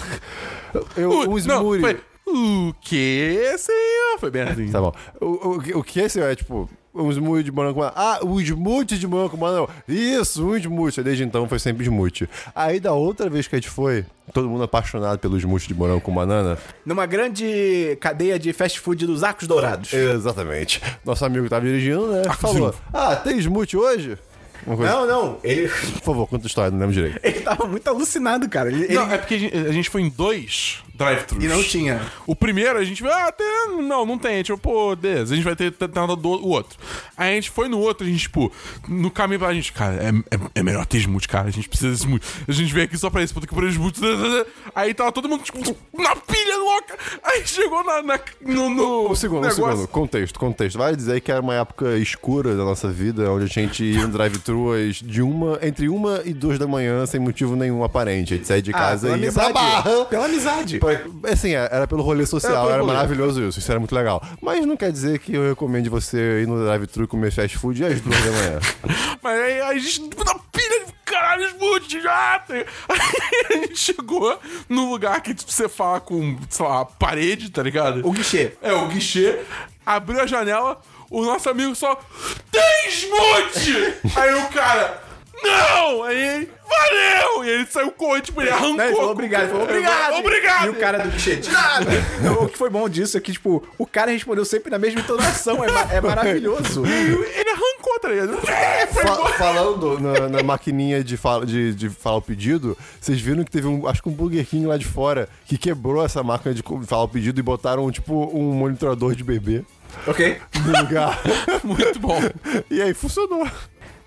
Speaker 2: Eu,
Speaker 3: Uh,
Speaker 2: um
Speaker 3: não,
Speaker 2: smoothie.
Speaker 3: foi, O que, senhor? Foi bem assim.
Speaker 2: Tá bom. O, o, o que, senhor? É tipo. um smoothie de morango com banana. Ah, um smoothie de morango com banana. Isso, um smoothie. Desde então foi sempre smoothie. Aí da outra vez que a gente foi, todo mundo apaixonado pelo smoothie de morango com banana.
Speaker 1: Numa grande cadeia de fast food dos Arcos Dourados.
Speaker 2: É. Exatamente. Nosso amigo tava dirigindo, né? Falou, ah, tem smoothie hoje? Uma coisa-
Speaker 1: Não, não. Ele,
Speaker 2: Por favor, conta a história, não lembro direito.
Speaker 1: ele tava muito alucinado, cara. Ele,
Speaker 3: Não,
Speaker 1: ele-
Speaker 3: é porque a gente, a gente foi em dois drive-thrus.
Speaker 1: E não tinha.
Speaker 3: O primeiro a gente viu, ah, tem. Não, não tem. Tipo, pô, beleza, a gente vai ter tentado do- o outro. Aí a gente foi no outro, a gente, tipo, no caminho pra gente, cara, é, é, é melhor ter smooth, cara, a gente precisa desse smooth. A gente veio aqui só pra isso, puta que por smooth. né, Aí tava todo mundo, tipo, na pilha louca. Aí chegou na, na- no, no.
Speaker 2: Um segundo,
Speaker 3: negócio.
Speaker 2: um segundo. Contexto, contexto. Vale dizer que era uma época escura da nossa vida, onde a gente ia em drive-thru às de uma, entre uma e duas da manhã, sem motivo nenhum aparente. A gente saía de
Speaker 1: Ah,
Speaker 2: casa
Speaker 1: pela
Speaker 2: e ia pra barra.
Speaker 1: Pela amizade.
Speaker 2: Pra- Assim, é, era pelo rolê
Speaker 1: Era
Speaker 2: social,
Speaker 1: pelo
Speaker 2: era,
Speaker 1: rolê.
Speaker 2: maravilhoso isso, isso era muito legal. Mas não quer dizer que eu recomende você ir no drive-thru comer fast food às duas da manhã.
Speaker 3: Mas aí a gente tipo, na pilha de caralho, smooth, já tem. Aí a gente chegou num lugar que tipo, você fala com, sei lá, a parede, tá ligado?
Speaker 1: O guichê.
Speaker 3: É, o guichê, abriu a janela, o nosso amigo só. Tem smooth! aí o cara. Não! Aí ele. Valeu! E ele saiu correndo, tipo, ele arrancou.
Speaker 1: Não, ele falou
Speaker 3: com-
Speaker 1: obrigado, ele falou obrigado.
Speaker 3: Obrigado!
Speaker 1: E o cara do guichê, de nada. o que foi bom disso é que, tipo, o cara respondeu sempre na mesma entonação. É, ma- é maravilhoso.
Speaker 3: Ele arrancou, tá ligado?
Speaker 1: É,
Speaker 3: Foi
Speaker 2: Fa-
Speaker 3: embora.
Speaker 2: falando na, na maquininha de, fala, de, de falar o pedido, vocês viram que teve um, acho que um Burger King lá de fora que quebrou essa máquina de co- falar o pedido e botaram tipo um monitorador de bebê
Speaker 1: ok?
Speaker 2: no lugar.
Speaker 3: Muito bom.
Speaker 2: e aí funcionou.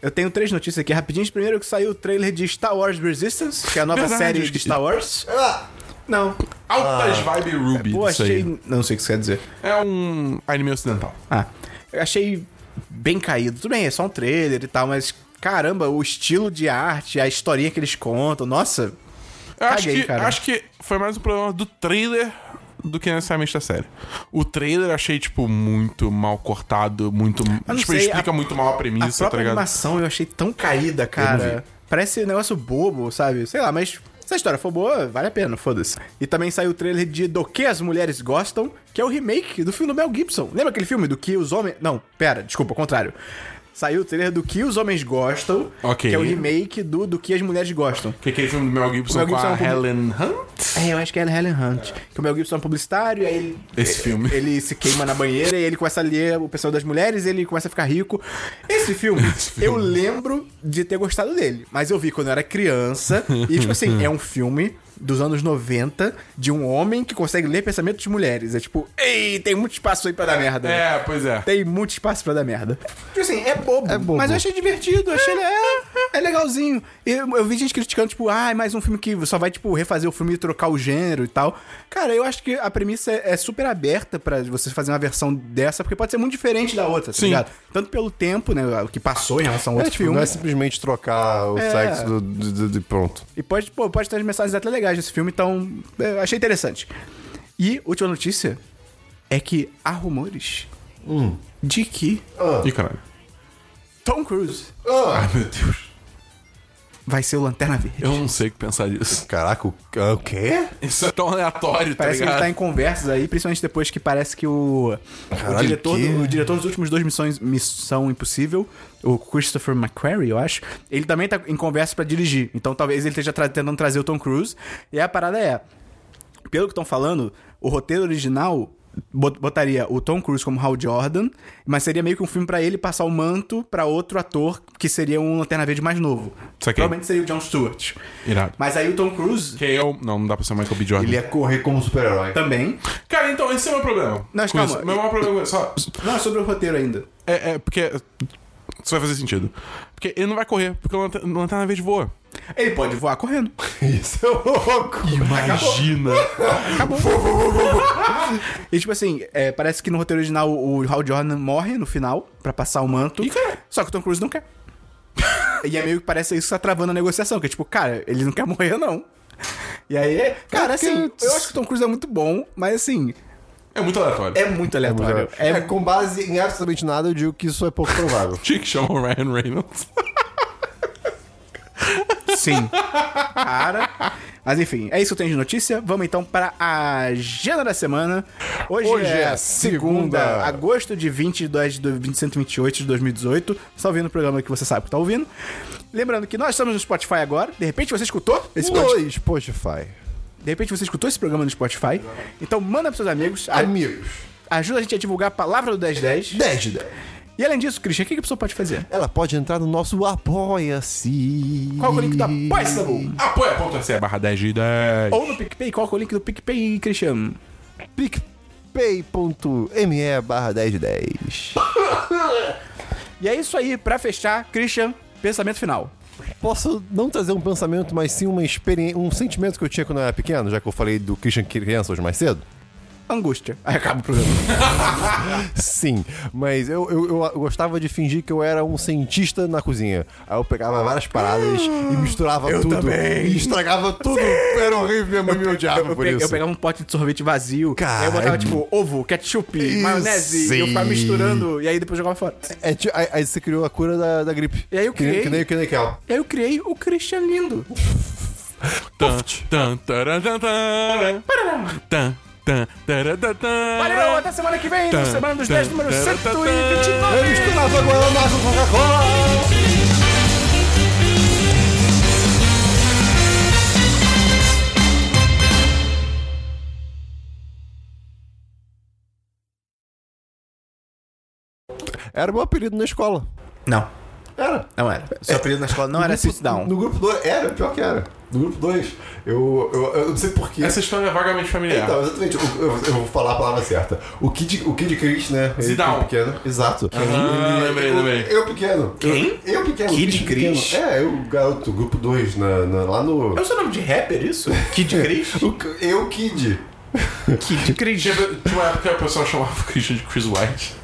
Speaker 1: Eu tenho três notícias aqui rapidinho. Primeiro que saiu o trailer de Star Wars Resistance, que é a nova
Speaker 3: Verdade.
Speaker 1: série de Star Wars. Ah, Não.
Speaker 3: Altas vibe Ruby.
Speaker 1: Ah. Pô,
Speaker 3: isso
Speaker 1: achei.
Speaker 3: aí.
Speaker 1: Não sei o que isso quer dizer.
Speaker 3: É um anime ocidental.
Speaker 1: Ah, eu achei bem caído. Tudo bem, é só um trailer e tal, mas caramba, o estilo de arte, a historinha que eles contam, nossa.
Speaker 3: Eu acho,
Speaker 1: Caguei,
Speaker 3: que,
Speaker 1: cara.
Speaker 3: acho que foi mais um problema do trailer do que necessariamente da série. O trailer eu achei, tipo, muito mal cortado, muito.
Speaker 1: não
Speaker 3: Tipo,
Speaker 1: sei,
Speaker 3: explica
Speaker 1: a-
Speaker 3: muito mal a
Speaker 1: A
Speaker 3: premissa, tá
Speaker 1: própria
Speaker 3: ligado?
Speaker 1: animação eu achei tão caída, cara. Parece um negócio bobo, sabe? Sei lá, mas se a história for boa, vale a pena, foda-se. E também saiu o trailer de Do Que As Mulheres Gostam, que é o remake do filme do Mel Gibson. Lembra aquele filme do que os homens... Não, pera, desculpa, ao contrário. Saiu o trailer do Que Os Homens Gostam,
Speaker 3: Ok.
Speaker 1: que é o remake do Do Que As Mulheres Gostam.
Speaker 3: Que é aquele filme do Mel Gibson,
Speaker 1: O Mel Gibson
Speaker 3: com
Speaker 1: é
Speaker 3: a
Speaker 1: um pub-
Speaker 3: Helen Hunt?
Speaker 1: É, eu acho que é Helen Hunt. Que o Mel Gibson é um publicitário, e aí ele. é,
Speaker 3: Esse filme.
Speaker 1: Ele se queima na banheira e ele começa a ler o pessoal das mulheres e ele começa a ficar rico. Esse filme, eu lembro de ter gostado dele, mas eu vi quando eu era criança. E, tipo assim, é um filme dos anos 90 de um homem que consegue ler pensamentos de mulheres. É tipo, ei, tem muito espaço aí pra dar merda.
Speaker 3: É, pois é.
Speaker 1: Tem muito espaço pra dar merda. Tipo assim, é bobo.
Speaker 2: bobo.
Speaker 1: Mas eu achei divertido, eu achei é, é legalzinho. E Eu, eu vi gente criticando, tipo, ah, é mais um filme que só vai, tipo, refazer o filme e trocar o gênero e tal. Cara, eu acho que a premissa é, é super aberta pra você fazer uma versão dessa, porque pode ser muito diferente da outra, tá
Speaker 3: Sim.
Speaker 1: ligado? Tanto pelo tempo, né, o que passou em relação a
Speaker 2: É,
Speaker 1: outro
Speaker 2: tipo,
Speaker 1: filme.
Speaker 2: não é simplesmente trocar o
Speaker 1: É.
Speaker 2: sexo do, do- do- do- pronto.
Speaker 1: E pode, pô, pode ter umas mensagens até legais nesse filme, então é, eu achei interessante. E última notícia é que há rumores de que
Speaker 3: Ih, caralho.
Speaker 1: Tom Cruise
Speaker 2: Ah.
Speaker 3: Ai, meu Deus.
Speaker 1: vai ser o Lanterna Verde.
Speaker 3: Eu tá não sei o que pensar disso.
Speaker 2: Caraca, o, o quê?
Speaker 3: Isso é tão aleatório, tá
Speaker 1: Parece que
Speaker 3: ligado?
Speaker 1: ele tá em conversas aí, principalmente depois que parece que o, o,
Speaker 2: Caralho,
Speaker 1: diretor,
Speaker 2: que-
Speaker 1: do- o diretor dos últimos dois missões Missão Impossível, o Christopher McQuarrie, eu acho, ele também tá em conversa pra dirigir. Então talvez ele esteja tra- tentando trazer o Tom Cruise. E a parada é, pelo que estão falando, o roteiro original bot- botaria o Tom Cruise como Hal Jordan, mas seria meio que um filme pra ele passar o manto pra outro ator que seria um Lanterna Verde mais novo.
Speaker 3: Saquei.
Speaker 1: Provavelmente seria o John Stewart.
Speaker 3: Irado.
Speaker 1: Mas aí o Tom Cruise
Speaker 3: Que eu... Não, não dá pra ser o Michael B. Jordan.
Speaker 2: ia correr como super-herói.
Speaker 1: também
Speaker 3: Cara, então, esse é o meu problema.
Speaker 1: Não,
Speaker 3: com
Speaker 1: calma.
Speaker 3: isso. Meu maior problema é só...
Speaker 1: Não, é sobre o roteiro ainda.
Speaker 3: É, é porque... Isso vai fazer sentido. Porque ele não vai correr, porque o Lanterna- Lanterna Verde voa.
Speaker 1: Ele pode voar correndo.
Speaker 2: Isso é louco.
Speaker 3: Imagina.
Speaker 1: E tipo assim, é, parece que no roteiro original o Hal Jordan morre no final pra passar o manto. Só que o Tom Cruise não quer. e é meio que parece isso que tá travando a negociação, que é tipo, cara, ele não quer morrer, não. E aí, é- cara, assim, eu acho que o Tom Cruise é muito bom, mas assim,
Speaker 3: É muito aleatório.
Speaker 1: é muito aleatório.
Speaker 2: É, com base em absolutamente nada, eu digo que isso é pouco provável.
Speaker 3: Tinha que chamar o Ryan Reynolds.
Speaker 1: Sim. Cara. Mas enfim, é isso que eu tenho de notícia. Vamos então para a agenda da semana. Hoje,
Speaker 5: Hoje
Speaker 1: é,
Speaker 5: é
Speaker 1: segunda,
Speaker 5: segunda.
Speaker 1: agosto de 22 de 2028 de 2018. Você está ouvindo o programa que você sabe que tá ouvindo. Lembrando que nós estamos no Spotify agora. De repente você escutou esse podcast.
Speaker 2: Dois Spotify.
Speaker 1: De repente você escutou esse programa no Spotify. Então manda pros seus amigos. A-
Speaker 2: Amigos.
Speaker 1: Ajuda a gente a divulgar a palavra do 1010.
Speaker 2: 10 de 10.
Speaker 1: E além disso, Christian, o que que a pessoa pode fazer?
Speaker 2: Ela pode entrar no nosso Apoia-se.
Speaker 1: Qual é o link da Paisabu?
Speaker 3: Ah, é Apoia.se barra 10 de 10.
Speaker 1: Ou no PicPay, qual que é o link do PicPay, Christian?
Speaker 2: PicPay.me barra 10 de 10.
Speaker 1: E é isso aí, pra fechar, Christian, pensamento final.
Speaker 2: Posso não trazer um pensamento, mas sim uma experiência, um sentimento que eu tinha quando eu era pequeno, já que eu falei do Christian criança hoje mais cedo?
Speaker 1: Angústia. Aí acaba o programa.
Speaker 2: Sim, mas eu, eu, eu gostava de fingir que eu era um cientista na cozinha. Aí eu pegava várias paradas e misturava tudo.
Speaker 1: também.
Speaker 2: E estragava tudo. Era horrível, minha mãe me odiava
Speaker 1: Eu,
Speaker 2: por
Speaker 1: pe-
Speaker 2: isso.
Speaker 1: eu pegava um pote de sorvete vazio,
Speaker 2: Cara,
Speaker 1: aí eu botava,
Speaker 2: é-
Speaker 1: tipo, ovo, ketchup, maionese, e eu ficava
Speaker 2: sim.
Speaker 1: misturando, e aí depois jogava fora.
Speaker 2: É ti- aí, aí você criou a cura da, da gripe.
Speaker 1: E aí eu
Speaker 2: Que nem-
Speaker 1: criei.
Speaker 2: Que nem o que nem Kel.
Speaker 1: E aí eu criei o Christian lindo.
Speaker 3: Tan, tan, taran, tan, taran. Tan, tan, taran, tan, tan.
Speaker 1: Valeu, até semana que vem, no
Speaker 3: Tum,
Speaker 1: Semana dos
Speaker 3: tum,
Speaker 1: 10, número
Speaker 3: tum, tum,
Speaker 1: 129.
Speaker 2: Eu misturava Guaraná com Coca-Cola. Era meu apelido na escola.
Speaker 1: Não,
Speaker 2: Era.
Speaker 1: não era. Seu apelido na escola não era sit down.
Speaker 2: No grupo 2, era, pior que era. No grupo 2, eu, eu, eu não sei porquê.
Speaker 3: Essa história é vagamente familiar.
Speaker 2: Então, exatamente, eu, eu- eu vou falar a palavra certa. O Kid, o Kid Chris, né? ele
Speaker 3: Zidal.
Speaker 2: pequeno. Exato.
Speaker 3: Ah, lembrei,
Speaker 2: eu,
Speaker 3: lembrei.
Speaker 2: Eu pequeno.
Speaker 1: Quem?
Speaker 2: Eu, eu pequeno.
Speaker 1: Kid
Speaker 2: pequeno.
Speaker 1: Chris?
Speaker 2: É, eu, garoto, grupo 2, na, na- lá no.
Speaker 1: o seu nome de rapper, isso? Kid Chris?
Speaker 2: O K- Eu, Kid.
Speaker 1: Kid Chris.
Speaker 3: Tinha tinha uma época que o pessoal chamava o Christian de Chris White.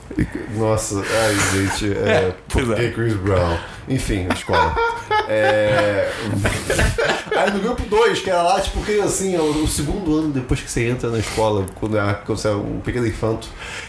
Speaker 2: Nossa, ai, gente. É,
Speaker 3: pois
Speaker 2: por
Speaker 3: é.
Speaker 2: que Chris Brown? Enfim, a escola. é. Aí no grupo 2, que era lá, tipo, que assim, o, o segundo ano depois que você entra na escola, quando, é, quando você é um pequeno infanto,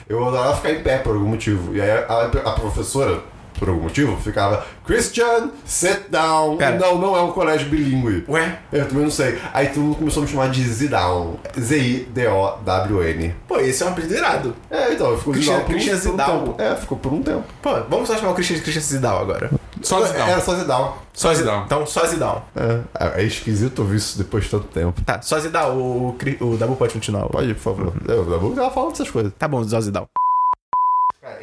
Speaker 2: eu adorava ficar em pé por algum motivo. E aí a, a professora, por algum motivo, ficava, Christian, sit down.
Speaker 1: Pera.
Speaker 2: Não, não é um colégio bilíngue.
Speaker 1: Ué?
Speaker 2: Eu também não sei. Aí todo mundo começou a me chamar de Zidown. Z-I-D-O-W-N.
Speaker 1: Pô, esse é um apelido irado.
Speaker 2: É, então, eu fico
Speaker 1: Christian-
Speaker 2: Zidal por, um-
Speaker 1: Christian
Speaker 2: por um
Speaker 1: Zidal.
Speaker 2: tempo. É, ficou por um tempo.
Speaker 1: Pô, vamos só chamar o Christian de Christian Zidal agora. é,
Speaker 3: Só
Speaker 2: É, Era
Speaker 3: Zidal.
Speaker 2: só Zidal.
Speaker 1: Só
Speaker 3: Zidal.
Speaker 1: Então, só Zidal.
Speaker 2: É, é esquisito ouvir isso depois de tanto tempo.
Speaker 1: Tá, só Zidal. O, o, Cri- o Dabu pode continuar.
Speaker 2: Pode, por favor. Eu, eu vou ficar falando essas coisas.
Speaker 1: Tá bom, só Zidal.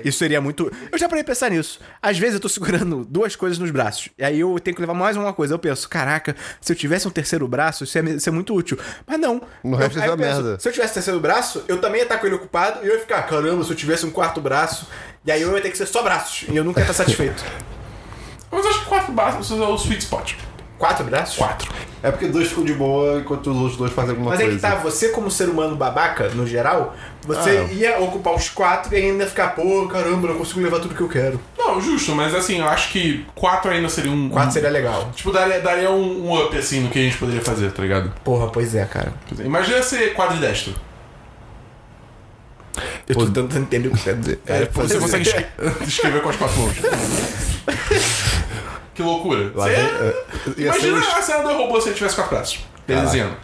Speaker 1: Isso seria muito. Eu já parei de pensar nisso. Às vezes eu tô segurando duas coisas nos braços. E aí eu tenho que levar mais uma coisa. Eu penso, caraca, se eu tivesse um terceiro braço, isso ia me- ser muito útil. Mas não.
Speaker 2: No
Speaker 1: Eu-
Speaker 2: resto
Speaker 1: aí
Speaker 2: é
Speaker 1: eu penso,
Speaker 2: merda.
Speaker 1: Se eu tivesse terceiro braço, eu também ia estar com ele ocupado e eu ia ficar, caramba, se eu tivesse um quarto braço. E aí eu ia ter que ser só braços. E eu nunca ia estar satisfeito.
Speaker 3: Mas acho que quatro braços é o sweet spot.
Speaker 1: Quatro braços?
Speaker 3: Quatro.
Speaker 2: É porque dois ficam de boa enquanto os outros dois fazem alguma
Speaker 1: Mas é
Speaker 2: coisa.
Speaker 1: que tá, você como ser humano babaca, no geral, você
Speaker 2: Ah.
Speaker 1: ia ocupar os quatro e ainda ficar, pô, caramba, não consigo levar tudo que eu quero.
Speaker 3: Não, justo, mas assim, eu acho que quatro ainda seria um.
Speaker 1: Quatro seria legal.
Speaker 3: Tipo, daria, daria um, um up assim no que a gente poderia fazer, tá ligado?
Speaker 1: Porra, pois é, cara.
Speaker 3: Imagina ser quadridestro.
Speaker 1: Eu tô tentando entender o que você quer dizer.
Speaker 2: É,
Speaker 3: Você
Speaker 2: pois é.
Speaker 3: consegue escre- escrever com as quatro mãos. que loucura.
Speaker 2: Lá
Speaker 3: Você-
Speaker 2: vem- é, ia, ser,
Speaker 3: Imagina
Speaker 2: um-
Speaker 3: a cena do robô se ele tivesse quatro braços.
Speaker 2: Caraca.
Speaker 3: Desenhando.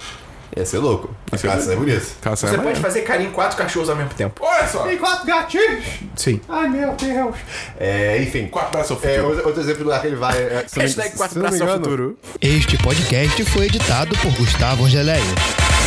Speaker 2: ia ser louco. Cara, isso é bonito.
Speaker 3: Cara,
Speaker 1: Você pode fazer carinho em quatro cachorros ao mesmo tempo.
Speaker 3: Olha só!
Speaker 2: Tem quatro gatinhos!
Speaker 1: Sim.
Speaker 2: Ai meu Deus! É, enfim.
Speaker 3: Quatro braços ao
Speaker 2: É,
Speaker 3: futuro.
Speaker 2: outro, outro exemplo do lugar que ele vai. É, se não me-
Speaker 1: Hashtag quatro
Speaker 2: se não me
Speaker 1: braços ao
Speaker 2: engano,
Speaker 1: futuro.
Speaker 6: Este podcast foi editado por Gustavo Angeléia.